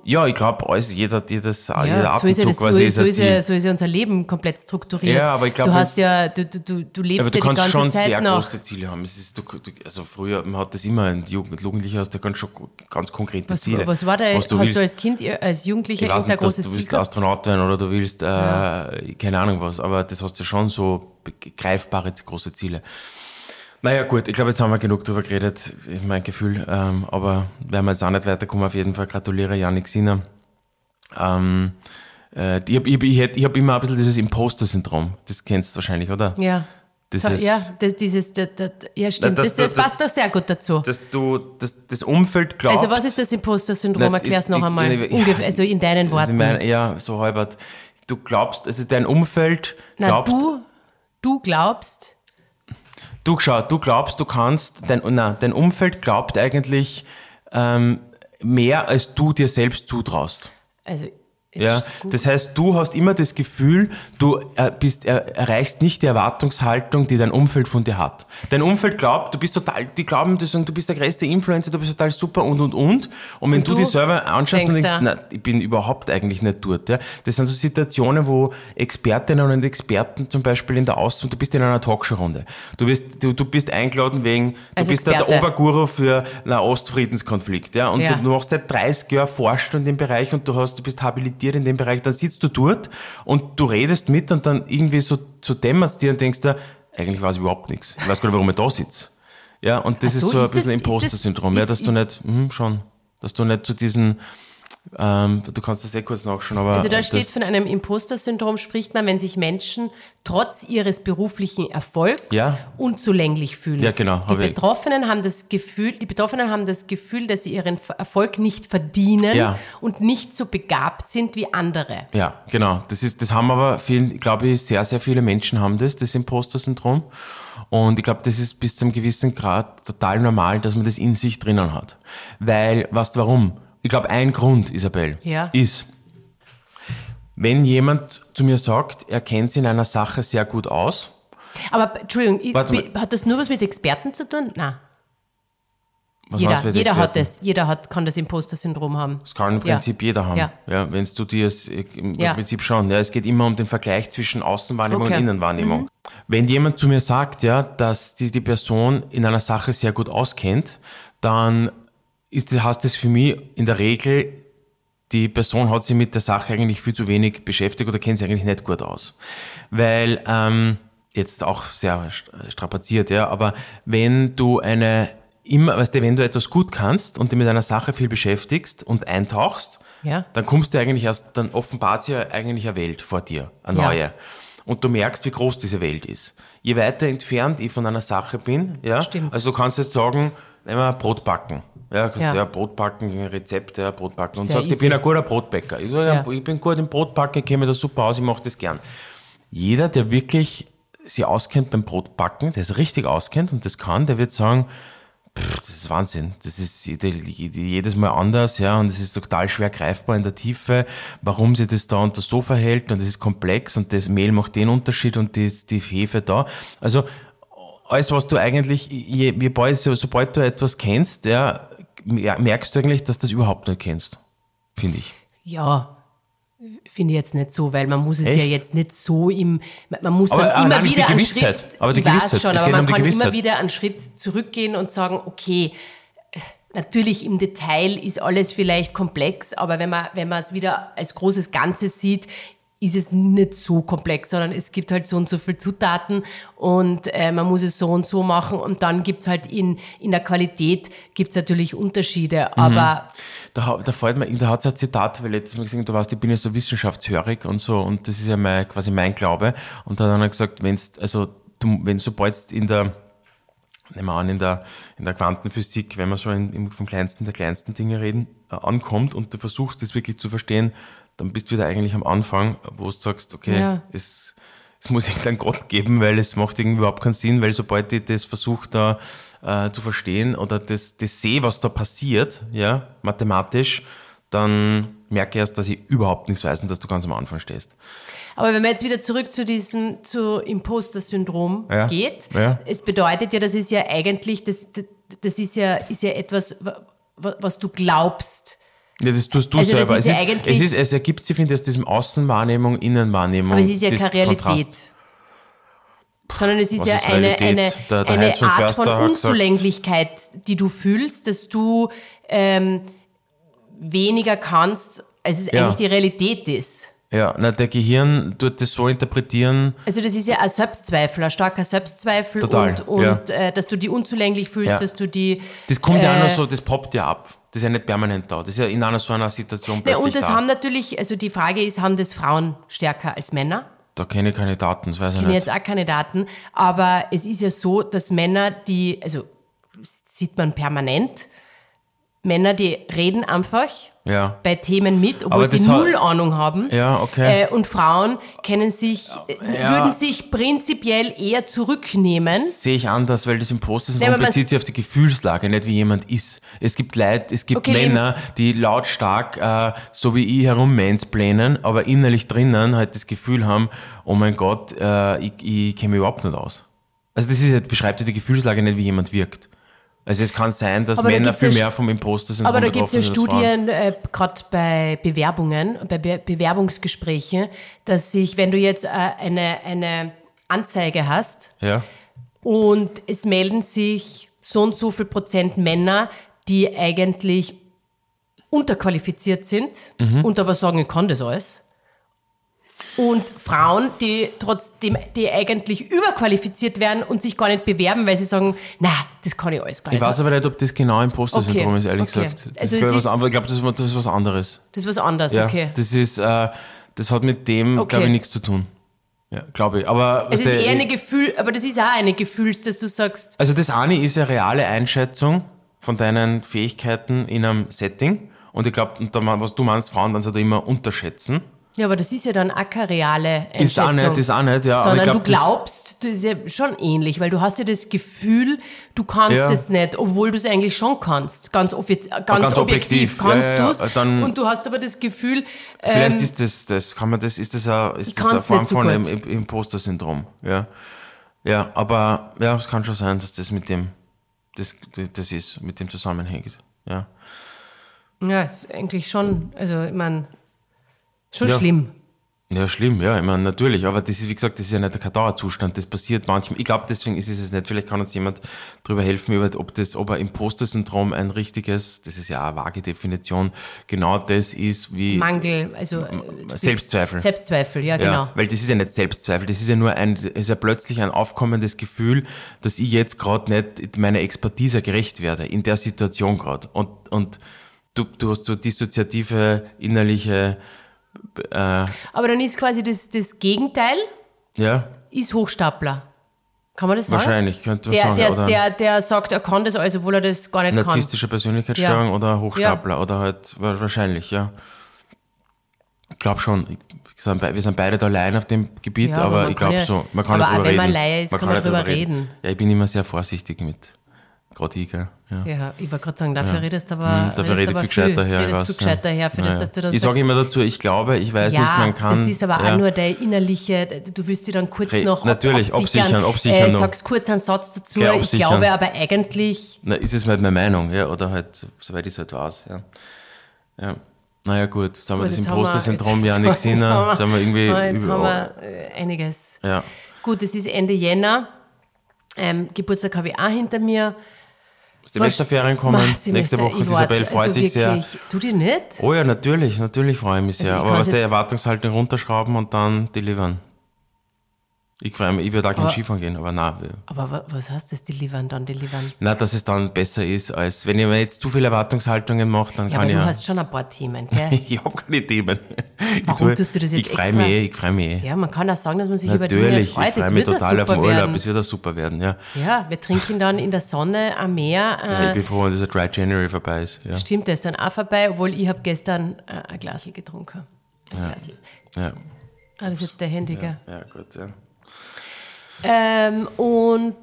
[SPEAKER 2] Ja, ich glaube, alles, jeder, jedes, jeder
[SPEAKER 3] Ja, so
[SPEAKER 2] Atemzug
[SPEAKER 3] ist ja, das, so,
[SPEAKER 2] quasi
[SPEAKER 3] ist, so,
[SPEAKER 2] ein
[SPEAKER 3] ist
[SPEAKER 2] Ziel.
[SPEAKER 3] ja, so ist ja unser Leben komplett strukturiert.
[SPEAKER 2] Ja, aber ich glaub,
[SPEAKER 3] du hast
[SPEAKER 2] wenn-
[SPEAKER 3] ja, du, du, du, du lebst
[SPEAKER 2] Ja, aber du
[SPEAKER 3] ja die
[SPEAKER 2] kannst
[SPEAKER 3] ganze
[SPEAKER 2] schon
[SPEAKER 3] Zeit
[SPEAKER 2] sehr
[SPEAKER 3] noch.
[SPEAKER 2] große Ziele haben. Es ist, du, du, also früher, man hat das immer, ein Jugend, Jugendlicher hast du ganz, schon ganz konkrete
[SPEAKER 3] Was,
[SPEAKER 2] Ziele.
[SPEAKER 3] was war da,
[SPEAKER 2] was du
[SPEAKER 3] hast
[SPEAKER 2] willst.
[SPEAKER 3] du als Kind, als Jugendlicher
[SPEAKER 2] ich weiß
[SPEAKER 3] irgendein
[SPEAKER 2] nicht, dass
[SPEAKER 3] großes
[SPEAKER 2] du
[SPEAKER 3] Ziel
[SPEAKER 2] willst
[SPEAKER 3] gehabt?
[SPEAKER 2] Astronaut werden oder du willst, äh, keine Ahnung was, aber das hast du schon so be- greifbare große Ziele. Naja gut, ich glaube, jetzt haben wir genug drüber geredet, ist mein Gefühl, ähm, aber werden wir jetzt auch nicht weiterkommen. Auf jeden Fall gratuliere Janik Sinner. Ähm, äh, ich habe ich, ich, hätt- ich hab immer ein bisschen dieses Imposter-Syndrom, das kennst du wahrscheinlich, oder?
[SPEAKER 3] Ja.
[SPEAKER 2] Das
[SPEAKER 3] So,
[SPEAKER 2] ist-
[SPEAKER 3] ja, das, dieses, das, das, ja, stimmt.
[SPEAKER 2] das-
[SPEAKER 3] Das, das,
[SPEAKER 2] das-
[SPEAKER 3] passt doch sehr gut dazu.
[SPEAKER 2] dass du das, das Umfeld glaubst.
[SPEAKER 3] Also, was ist das Imposter-Syndrom?
[SPEAKER 2] Nein,
[SPEAKER 3] Erklär es noch
[SPEAKER 2] ich- ich-
[SPEAKER 3] einmal.
[SPEAKER 2] ich-
[SPEAKER 3] Ungef- also in deinen
[SPEAKER 2] Also
[SPEAKER 3] Worten.
[SPEAKER 2] Ich meine, ja, so halbert. Du glaubst, also dein Umfeld
[SPEAKER 3] Nein,
[SPEAKER 2] glaubt,
[SPEAKER 3] du, du glaubst,
[SPEAKER 2] du, schau, du glaubst, du kannst, dein, nein, dein Umfeld glaubt eigentlich ähm, mehr, als du dir selbst zutraust.
[SPEAKER 3] Also
[SPEAKER 2] Ja,
[SPEAKER 3] ist gut.
[SPEAKER 2] das heißt, du hast immer das Gefühl, du äh, bist, er, erreichst nicht die Erwartungshaltung, die dein Umfeld von dir hat. Dein Umfeld glaubt, du bist total, die glauben, die sagen, du bist der größte Influencer, du bist total super und und und. Und wenn
[SPEAKER 1] Und
[SPEAKER 2] du,
[SPEAKER 1] du
[SPEAKER 2] die Server anschaust und
[SPEAKER 1] denkst,
[SPEAKER 2] denkst,
[SPEAKER 1] ja.
[SPEAKER 2] na, ich bin überhaupt eigentlich nicht dort. Ja? Das sind so Situationen, wo Expertinnen und Experten zum Beispiel in der Außen, du bist in einer Talkshow-Runde. Du, wirst- du, du bist eingeladen wegen, du
[SPEAKER 1] Als
[SPEAKER 2] bist der- der
[SPEAKER 1] Experte.
[SPEAKER 2] Oberguru für einen Ostfriedenskonflikt. Ja? Und
[SPEAKER 1] Ja.
[SPEAKER 2] du, du machst seit 30 Jahren forscht in dem Bereich und du hast, du bist habilitiert in dem Bereich, dann sitzt du dort und du redest mit und dann irgendwie so, so dämmerst dir und denkst dir, eigentlich weiß ich überhaupt nichts. Ich weiß gar nicht, warum ich da sitze. Ja, und das
[SPEAKER 1] Ach
[SPEAKER 2] ist
[SPEAKER 1] so,
[SPEAKER 2] so ein
[SPEAKER 1] ist das-
[SPEAKER 2] bisschen
[SPEAKER 1] ist das-
[SPEAKER 2] Imposter-Syndrom, ja,
[SPEAKER 1] ist-
[SPEAKER 2] dass du
[SPEAKER 1] ist-
[SPEAKER 2] nicht, hm, schon, dass du nicht zu diesen, ähm, du kannst das eh kurz nachschauen, aber.
[SPEAKER 3] Also da
[SPEAKER 2] äh,
[SPEAKER 3] steht
[SPEAKER 2] das,
[SPEAKER 3] von einem Imposter-Syndrom spricht man, wenn sich Menschen trotz ihres beruflichen Erfolgs
[SPEAKER 2] Ja.
[SPEAKER 3] unzulänglich fühlen.
[SPEAKER 2] Ja, genau,
[SPEAKER 3] Die
[SPEAKER 2] hab ich-
[SPEAKER 3] Betroffenen haben das Gefühl, die Betroffenen haben das Gefühl, dass sie ihren F- Erfolg nicht verdienen
[SPEAKER 2] Ja.
[SPEAKER 3] und nicht so begabt sind wie andere.
[SPEAKER 2] Ja, genau. Das ist, das haben aber viel, ich glaube ich, sehr, sehr viele Menschen haben das, das Imposter-Syndrom. Und ich glaube, das ist bis zu einem gewissen Grad total normal, dass man das in sich drinnen hat. Weil, weißt du warum? Ich glaube, ein Grund, Isabel,
[SPEAKER 3] Ja.
[SPEAKER 2] ist, wenn jemand zu mir sagt, er kennt sich in einer Sache sehr gut aus,
[SPEAKER 3] Aber b- Entschuldigung, ich-
[SPEAKER 2] Warte mal.
[SPEAKER 3] bi- hat das nur was mit Experten zu tun? Na,
[SPEAKER 2] was
[SPEAKER 3] jeder,
[SPEAKER 2] meinst du mit
[SPEAKER 3] jeder hat
[SPEAKER 2] Experten?
[SPEAKER 3] das, jeder hat, kann das Imposter-Syndrom haben.
[SPEAKER 2] Das kann im
[SPEAKER 3] Ja.
[SPEAKER 2] Prinzip jeder haben. Ja.
[SPEAKER 3] Ja.
[SPEAKER 2] wenn du dir es äh, im
[SPEAKER 3] Ja.
[SPEAKER 2] Prinzip schauen. Ja, es geht immer um den Vergleich zwischen Außenwahrnehmung und
[SPEAKER 3] Okay. Mhm.
[SPEAKER 2] Innenwahrnehmung. Wenn jemand zu mir sagt, ja, dass die, die Person in einer Sache sehr gut auskennt, dann ist, das- heißt das für mich in der Regel, die Person hat sich mit der Sache eigentlich viel zu wenig beschäftigt oder kennt sich eigentlich nicht gut aus. Weil, ähm, jetzt auch sehr st- strapaziert, ja, aber wenn du eine immer, weißt du, wenn du etwas gut kannst und dich mit einer Sache viel beschäftigst und eintauchst,
[SPEAKER 3] Ja.
[SPEAKER 2] dann kommst du eigentlich erst, dann offenbart sich ja eigentlich eine Welt vor dir, eine
[SPEAKER 3] Ja.
[SPEAKER 2] neue. Und du merkst, wie groß diese Welt ist. Je weiter entfernt ich von einer Sache bin, ja,
[SPEAKER 3] Stimmt.
[SPEAKER 2] also du kannst jetzt sagen, immer Brot backen. Ja, kannst
[SPEAKER 3] Ja.
[SPEAKER 2] ja Brot backen, Rezepte, ja, Brot backen. Und
[SPEAKER 3] Sehr
[SPEAKER 2] sagt, ich
[SPEAKER 3] easy.
[SPEAKER 2] bin ein guter Brotbäcker. Ich, sag, ja.
[SPEAKER 3] Ja.
[SPEAKER 2] ich bin gut im Brotbacken, ich kenne mich da super aus, ich mache das gern. Jeder, der wirklich sich auskennt beim Brotbacken, der es richtig auskennt und das kann, der wird sagen, pff, das ist Wahnsinn. Das ist jede- jede- jedes Mal anders, ja, und es ist total schwer greifbar in der Tiefe, warum sich das da und das so verhält und das ist komplex und das Mehl macht den Unterschied und die, die Hefe da. Also alles, was du eigentlich, je, je, bald- so- sobald du etwas kennst, ja, merkst du eigentlich, dass du das überhaupt nicht kennst. Finde ich.
[SPEAKER 3] Ja, finde ich jetzt nicht so, weil man muss es ja
[SPEAKER 2] Echt?
[SPEAKER 3] jetzt nicht so im, man- man muss
[SPEAKER 2] Aber
[SPEAKER 3] dann immer
[SPEAKER 2] allein die
[SPEAKER 3] wieder einen
[SPEAKER 2] Gewissheit.
[SPEAKER 3] Schritt,
[SPEAKER 2] Aber die
[SPEAKER 3] ich weiß
[SPEAKER 2] Gewissheit.
[SPEAKER 3] schon,
[SPEAKER 2] Es
[SPEAKER 3] aber
[SPEAKER 2] geht
[SPEAKER 3] man
[SPEAKER 2] um die
[SPEAKER 3] kann
[SPEAKER 2] Gewissheit.
[SPEAKER 3] immer wieder einen Schritt zurückgehen und sagen, okay, äh, natürlich im Detail ist alles vielleicht komplex, aber wenn man, wenn man es wieder als großes Ganzes sieht, ist es nicht so komplex, sondern es gibt halt so und so viel Zutaten und äh, man muss es so und so machen und dann gibt es halt in, in der Qualität gibt es natürlich
[SPEAKER 2] Mhm.
[SPEAKER 3] Unterschiede, aber
[SPEAKER 2] Da, hau- da fällt mir, da hat es ein Zitat, weil letztes Mal gesagt, du weißt, ich bin ja so wissenschaftshörig und so, und das ist ja mein, quasi mein Glaube. Und dann hat er gesagt, wenn's, also, du, wenn sobald in der, nehmen wir an, in der, in der Quantenphysik, wenn wir schon in, im, vom kleinsten der kleinsten Dinge reden, äh, ankommt und du versuchst, das wirklich zu verstehen, dann bist du wieder eigentlich am Anfang, wo du sagst, okay,
[SPEAKER 3] Ja.
[SPEAKER 2] es, es muss irgendeinen Gott geben, weil es macht irgendwie überhaupt keinen Sinn, weil sobald ich das versuche da äh, zu verstehen oder das, das sehe, was da passiert, ja, mathematisch, dann merke ich erst, dass ich überhaupt nichts weiß und dass du ganz am Anfang stehst.
[SPEAKER 3] Aber wenn man jetzt wieder zurück zu diesem zu Imposter-Syndrom
[SPEAKER 2] Ja.
[SPEAKER 3] geht,
[SPEAKER 2] Ja.
[SPEAKER 3] es bedeutet ja, das ist ja eigentlich, das, das ist ja, ist ja etwas, wa- wa- was du glaubst.
[SPEAKER 2] Ja, das tust du
[SPEAKER 3] Also das
[SPEAKER 2] selber. es,
[SPEAKER 3] ist ja
[SPEAKER 2] ist,
[SPEAKER 3] eigentlich-
[SPEAKER 2] es, ist, es ergibt sich, finde ich, aus diesem Außenwahrnehmung, Innenwahrnehmung.
[SPEAKER 3] Aber es ist ja
[SPEAKER 2] des
[SPEAKER 3] keine Realität.
[SPEAKER 2] Kontrasts.
[SPEAKER 3] Sondern es ist
[SPEAKER 2] was
[SPEAKER 3] ja
[SPEAKER 2] ist
[SPEAKER 3] eine,
[SPEAKER 2] Realität?
[SPEAKER 3] eine,
[SPEAKER 2] Der- der
[SPEAKER 3] eine
[SPEAKER 2] Heinz von
[SPEAKER 3] Art
[SPEAKER 2] Förster
[SPEAKER 3] von
[SPEAKER 2] hat gesagt-
[SPEAKER 3] Unzulänglichkeit, die du fühlst, dass du ähm, weniger kannst, als es
[SPEAKER 2] Ja.
[SPEAKER 3] eigentlich die Realität ist.
[SPEAKER 2] Ja, na, der Gehirn tut das so interpretieren,
[SPEAKER 3] Also das ist ja ein Selbstzweifel, ein starker Selbstzweifel
[SPEAKER 2] Total,
[SPEAKER 3] und, und
[SPEAKER 2] ja.
[SPEAKER 3] äh, dass du die unzulänglich fühlst,
[SPEAKER 2] Ja.
[SPEAKER 3] dass du die
[SPEAKER 2] das kommt ja auch
[SPEAKER 3] Äh.
[SPEAKER 2] noch so, das poppt ja ab. Das ist ja nicht permanent da. Das ist ja in einer so einer Situation
[SPEAKER 3] Ne,
[SPEAKER 2] plötzlich
[SPEAKER 3] und das
[SPEAKER 2] da.
[SPEAKER 3] haben natürlich, also die Frage ist, haben das Frauen stärker als Männer?
[SPEAKER 2] da kenne ich keine Daten, das weiß ich
[SPEAKER 3] Ich bin
[SPEAKER 2] nicht.
[SPEAKER 3] jetzt auch keine Daten, aber es ist ja so, dass Männer, die, also das sieht man permanent, Männer, die reden einfach
[SPEAKER 2] Ja.
[SPEAKER 3] bei Themen mit,
[SPEAKER 2] Aber
[SPEAKER 3] obwohl sie
[SPEAKER 2] das hat-
[SPEAKER 3] null Ahnung haben.
[SPEAKER 2] Ja, okay.
[SPEAKER 3] Äh, und Frauen kennen sich,
[SPEAKER 2] Ja.
[SPEAKER 3] würden sich prinzipiell eher zurücknehmen.
[SPEAKER 2] sehe ich anders, weil das
[SPEAKER 3] Nein,
[SPEAKER 2] Imposter-Syndrom
[SPEAKER 3] Hm? aber man-
[SPEAKER 2] bezieht sich auf die Gefühlslage, nicht wie jemand ist. Es gibt Leute, es gibt
[SPEAKER 3] Okay,
[SPEAKER 2] Männer, die lautstark, äh, so wie ich, herum Mansplänen, aber innerlich drinnen halt das Gefühl haben, oh mein Gott, äh, ich, ich kenne mich überhaupt nicht aus. Also das ist, halt- beschreibt ja die Gefühlslage nicht, wie jemand wirkt. Also es kann sein, dass
[SPEAKER 3] Aber da
[SPEAKER 2] Männer
[SPEAKER 3] gibt's
[SPEAKER 2] viel
[SPEAKER 3] ja
[SPEAKER 2] mehr
[SPEAKER 3] Sch-
[SPEAKER 2] vom Imposter-Syndrom
[SPEAKER 3] Aber da gibt es
[SPEAKER 2] betroffen
[SPEAKER 3] ja
[SPEAKER 2] sind als Frauen.
[SPEAKER 3] Studien, äh, gerade bei Bewerbungen, bei Be Bewerbungsgesprächen, dass sich, wenn du jetzt äh, eine, eine Anzeige hast,
[SPEAKER 2] Ja.
[SPEAKER 3] Und es melden sich so und so viel Prozent Männer, die eigentlich unterqualifiziert sind
[SPEAKER 2] Mhm.
[SPEAKER 3] und aber sagen, ich kann das alles. Und Frauen, die trotzdem, die eigentlich überqualifiziert werden und sich gar nicht bewerben, weil sie sagen, na, das kann ich alles gar
[SPEAKER 2] Ich
[SPEAKER 3] nicht.
[SPEAKER 2] weiß aber nicht, ob das genau Imposter-Syndrom
[SPEAKER 3] Also Okay,
[SPEAKER 2] ist, ehrlich
[SPEAKER 3] okay.
[SPEAKER 2] gesagt. Das
[SPEAKER 3] Also
[SPEAKER 2] ist
[SPEAKER 3] es
[SPEAKER 2] was
[SPEAKER 3] ist-
[SPEAKER 2] anderes. Ich glaube, das, ist- das ist was anderes.
[SPEAKER 3] Das ist was anderes,
[SPEAKER 2] Ja,
[SPEAKER 3] okay.
[SPEAKER 2] Das ist, äh, das hat mit dem,
[SPEAKER 3] Okay.
[SPEAKER 2] glaube ich, nichts zu tun. Ja, glaube ich. Aber
[SPEAKER 3] Es ist
[SPEAKER 2] der- E-
[SPEAKER 3] eher eine Gefühl, aber das ist auch eine Gefühls, dass du sagst,
[SPEAKER 2] also das eine ist eine reale Einschätzung von deinen Fähigkeiten in einem Setting. Und ich glaube, was du meinst, Frauen dann halt immer unterschätzen.
[SPEAKER 3] ja, aber das ist ja dann auch keine reale Einschätzung.
[SPEAKER 2] Ist auch nicht, ist auch nicht, ja.
[SPEAKER 3] sondern
[SPEAKER 2] aber ich glaub,
[SPEAKER 3] du glaubst, das ist ja schon ähnlich, weil du hast ja das Gefühl, du kannst
[SPEAKER 2] Ja.
[SPEAKER 3] es nicht, obwohl du es eigentlich schon kannst. Ganz, offi- ganz,
[SPEAKER 2] ganz
[SPEAKER 3] objektiv,
[SPEAKER 2] objektiv, ja,
[SPEAKER 3] kannst
[SPEAKER 2] ja, ja,
[SPEAKER 3] du es.
[SPEAKER 2] dann-
[SPEAKER 3] und du hast aber das Gefühl,
[SPEAKER 2] Das, vielleicht
[SPEAKER 3] ähm,
[SPEAKER 2] ist das, das kann man das, ist das eine, ist das eine
[SPEAKER 3] kann's
[SPEAKER 2] Form
[SPEAKER 3] nicht so
[SPEAKER 2] von
[SPEAKER 3] gut.
[SPEAKER 2] Im- Im- Imposter-Syndrom. Ja. ja, aber ja, es kann schon sein, dass das mit dem, das, das ist, mit dem zusammenhängt. Ja.
[SPEAKER 3] ähm, ja, ist eigentlich schon, also ich meine, schon
[SPEAKER 2] Ja.
[SPEAKER 3] schlimm.
[SPEAKER 2] Ja, schlimm, ja, ich meine, natürlich, aber das ist, wie gesagt, das ist ja nicht kein Dauerzustand, das passiert manchmal. Ich glaube, deswegen ist es es nicht. Vielleicht kann uns jemand darüber helfen, über, ob das, ob ein Imposter-Syndrom ein richtiges, das ist ja eine vage Definition, genau das ist wie.
[SPEAKER 3] Mangel, also äh, du bist-
[SPEAKER 2] Selbstzweifel.
[SPEAKER 3] Selbstzweifel,
[SPEAKER 2] ja,
[SPEAKER 3] ja, genau.
[SPEAKER 2] Weil das ist ja nicht Selbstzweifel, das ist ja nur ein, es ist ja plötzlich ein aufkommendes Gefühl, dass ich jetzt gerade nicht meiner Expertise gerecht werde, in der Situation gerade. Und, und du, du hast so dissoziative, innerliche,
[SPEAKER 3] Aber dann ist quasi das, das Gegenteil,
[SPEAKER 2] ja,
[SPEAKER 3] ist Hochstapler. Kann man das sagen?
[SPEAKER 2] wahrscheinlich, könnte man
[SPEAKER 3] Der,
[SPEAKER 2] sagen.
[SPEAKER 3] der,
[SPEAKER 2] oder-
[SPEAKER 3] der, der sagt, er kann das alles, obwohl er das gar nicht kann.
[SPEAKER 2] Narzisstische Persönlichkeitsstörung
[SPEAKER 3] Ja.
[SPEAKER 2] oder Hochstapler oder halt wa- wahrscheinlich, ja. Ich glaube schon. Ich- Wir sind, bei- wir sind beide da allein auf dem Gebiet,
[SPEAKER 3] Ja, aber
[SPEAKER 2] aber,
[SPEAKER 3] man
[SPEAKER 2] ich
[SPEAKER 3] kann
[SPEAKER 2] glaube
[SPEAKER 3] ja-
[SPEAKER 2] so. Man kann
[SPEAKER 3] aber
[SPEAKER 2] nicht drüber
[SPEAKER 3] auch wenn
[SPEAKER 2] reden.
[SPEAKER 3] man Laie ist, kann man
[SPEAKER 2] nicht drüber
[SPEAKER 3] drüber reden.
[SPEAKER 2] Ja, ich bin immer sehr vorsichtig mit gerade ich, gell? Ja.
[SPEAKER 3] Ja, ich wollte gerade sagen, dafür redest du aber.
[SPEAKER 2] Hm, Dafür rede ich
[SPEAKER 3] aber
[SPEAKER 2] viel gescheiter her. ich
[SPEAKER 3] Redest
[SPEAKER 2] weiß,
[SPEAKER 3] viel gescheiter
[SPEAKER 2] ja.
[SPEAKER 3] her, für
[SPEAKER 2] Naja.
[SPEAKER 3] das, dass du das
[SPEAKER 2] ich sage immer dazu, ich glaube, ich weiß
[SPEAKER 3] ja,
[SPEAKER 2] nicht, man kann.
[SPEAKER 3] das ist aber
[SPEAKER 2] ja.
[SPEAKER 3] auch nur der innerliche, du willst dir dann kurz
[SPEAKER 2] Re-
[SPEAKER 3] noch ab-
[SPEAKER 2] natürlich, absichern, absichern
[SPEAKER 3] äh,
[SPEAKER 2] noch.
[SPEAKER 3] sagst kurz einen Satz dazu,
[SPEAKER 2] Gell,
[SPEAKER 3] ich
[SPEAKER 2] absichern.
[SPEAKER 3] glaube aber eigentlich,
[SPEAKER 2] Na, ist es halt meine Meinung, ja, oder halt, soweit ich es halt weiß, ja. ja. Naja, gut, jetzt haben wir
[SPEAKER 3] Gut,
[SPEAKER 2] das
[SPEAKER 3] jetzt haben wir-
[SPEAKER 2] Imposter-Syndrom
[SPEAKER 3] jetzt-
[SPEAKER 2] ja
[SPEAKER 3] jetzt
[SPEAKER 2] nicht gesehen,
[SPEAKER 3] haben
[SPEAKER 2] jetzt haben wir irgendwie.
[SPEAKER 3] ah, jetzt
[SPEAKER 2] über-
[SPEAKER 3] haben wir äh, einiges.
[SPEAKER 2] ja.
[SPEAKER 3] Gut, es ist Ende Jänner, ähm, Geburtstag habe ich auch hinter mir.
[SPEAKER 2] Semesterferien kommen,
[SPEAKER 3] Ma,
[SPEAKER 2] nächste
[SPEAKER 3] Semester,
[SPEAKER 2] Woche,
[SPEAKER 3] ich
[SPEAKER 2] die Isabel
[SPEAKER 3] warte,
[SPEAKER 2] freut
[SPEAKER 3] also
[SPEAKER 2] sich sehr.
[SPEAKER 3] wirklich, Du dir nicht?
[SPEAKER 2] Oh ja, natürlich, natürlich freue ich mich sehr.
[SPEAKER 3] ich
[SPEAKER 2] aber
[SPEAKER 3] kann's
[SPEAKER 2] was der
[SPEAKER 3] jetzt-
[SPEAKER 2] Erwartungshaltung runterschrauben und dann delivern. Ich freue mich, ich würde auch gerne
[SPEAKER 3] Aber-
[SPEAKER 2] Skifahren gehen, aber nein. wir-
[SPEAKER 3] Aber wa- was heißt das, delivern, dann delivern?
[SPEAKER 2] Na, dass es dann besser ist, als wenn ihr mir jetzt zu viele Erwartungshaltungen macht, dann
[SPEAKER 3] Ja,
[SPEAKER 2] kann
[SPEAKER 3] aber
[SPEAKER 2] ich
[SPEAKER 3] du
[SPEAKER 2] ja-
[SPEAKER 3] hast schon ein paar Themen, gell?
[SPEAKER 2] Ich habe keine Themen. Ich
[SPEAKER 3] Warum tust du das jetzt
[SPEAKER 2] Ich freue
[SPEAKER 3] extra?
[SPEAKER 2] mich eh, ich freue mich eh.
[SPEAKER 3] Ja, man kann auch sagen, dass man sich über Dinge
[SPEAKER 2] Natürlich, ich
[SPEAKER 3] freut.
[SPEAKER 2] freue
[SPEAKER 3] das
[SPEAKER 2] mich
[SPEAKER 3] wird
[SPEAKER 2] total
[SPEAKER 3] das
[SPEAKER 2] auf den
[SPEAKER 3] super
[SPEAKER 2] Urlaub,
[SPEAKER 3] werden.
[SPEAKER 2] es wird auch super werden, ja.
[SPEAKER 3] Ja, wir trinken dann in der Sonne am Meer. Äh,
[SPEAKER 2] ja ich bin froh, wenn dieser Dry January vorbei ist. Ja.
[SPEAKER 3] Stimmt, das ist dann auch vorbei, obwohl ich habe gestern äh, ein Glasl getrunken. Ein Glasl.
[SPEAKER 2] Ja.
[SPEAKER 3] Ah, das ist jetzt der Handy, gell?
[SPEAKER 2] ja, gut, ja.
[SPEAKER 3] Ähm, und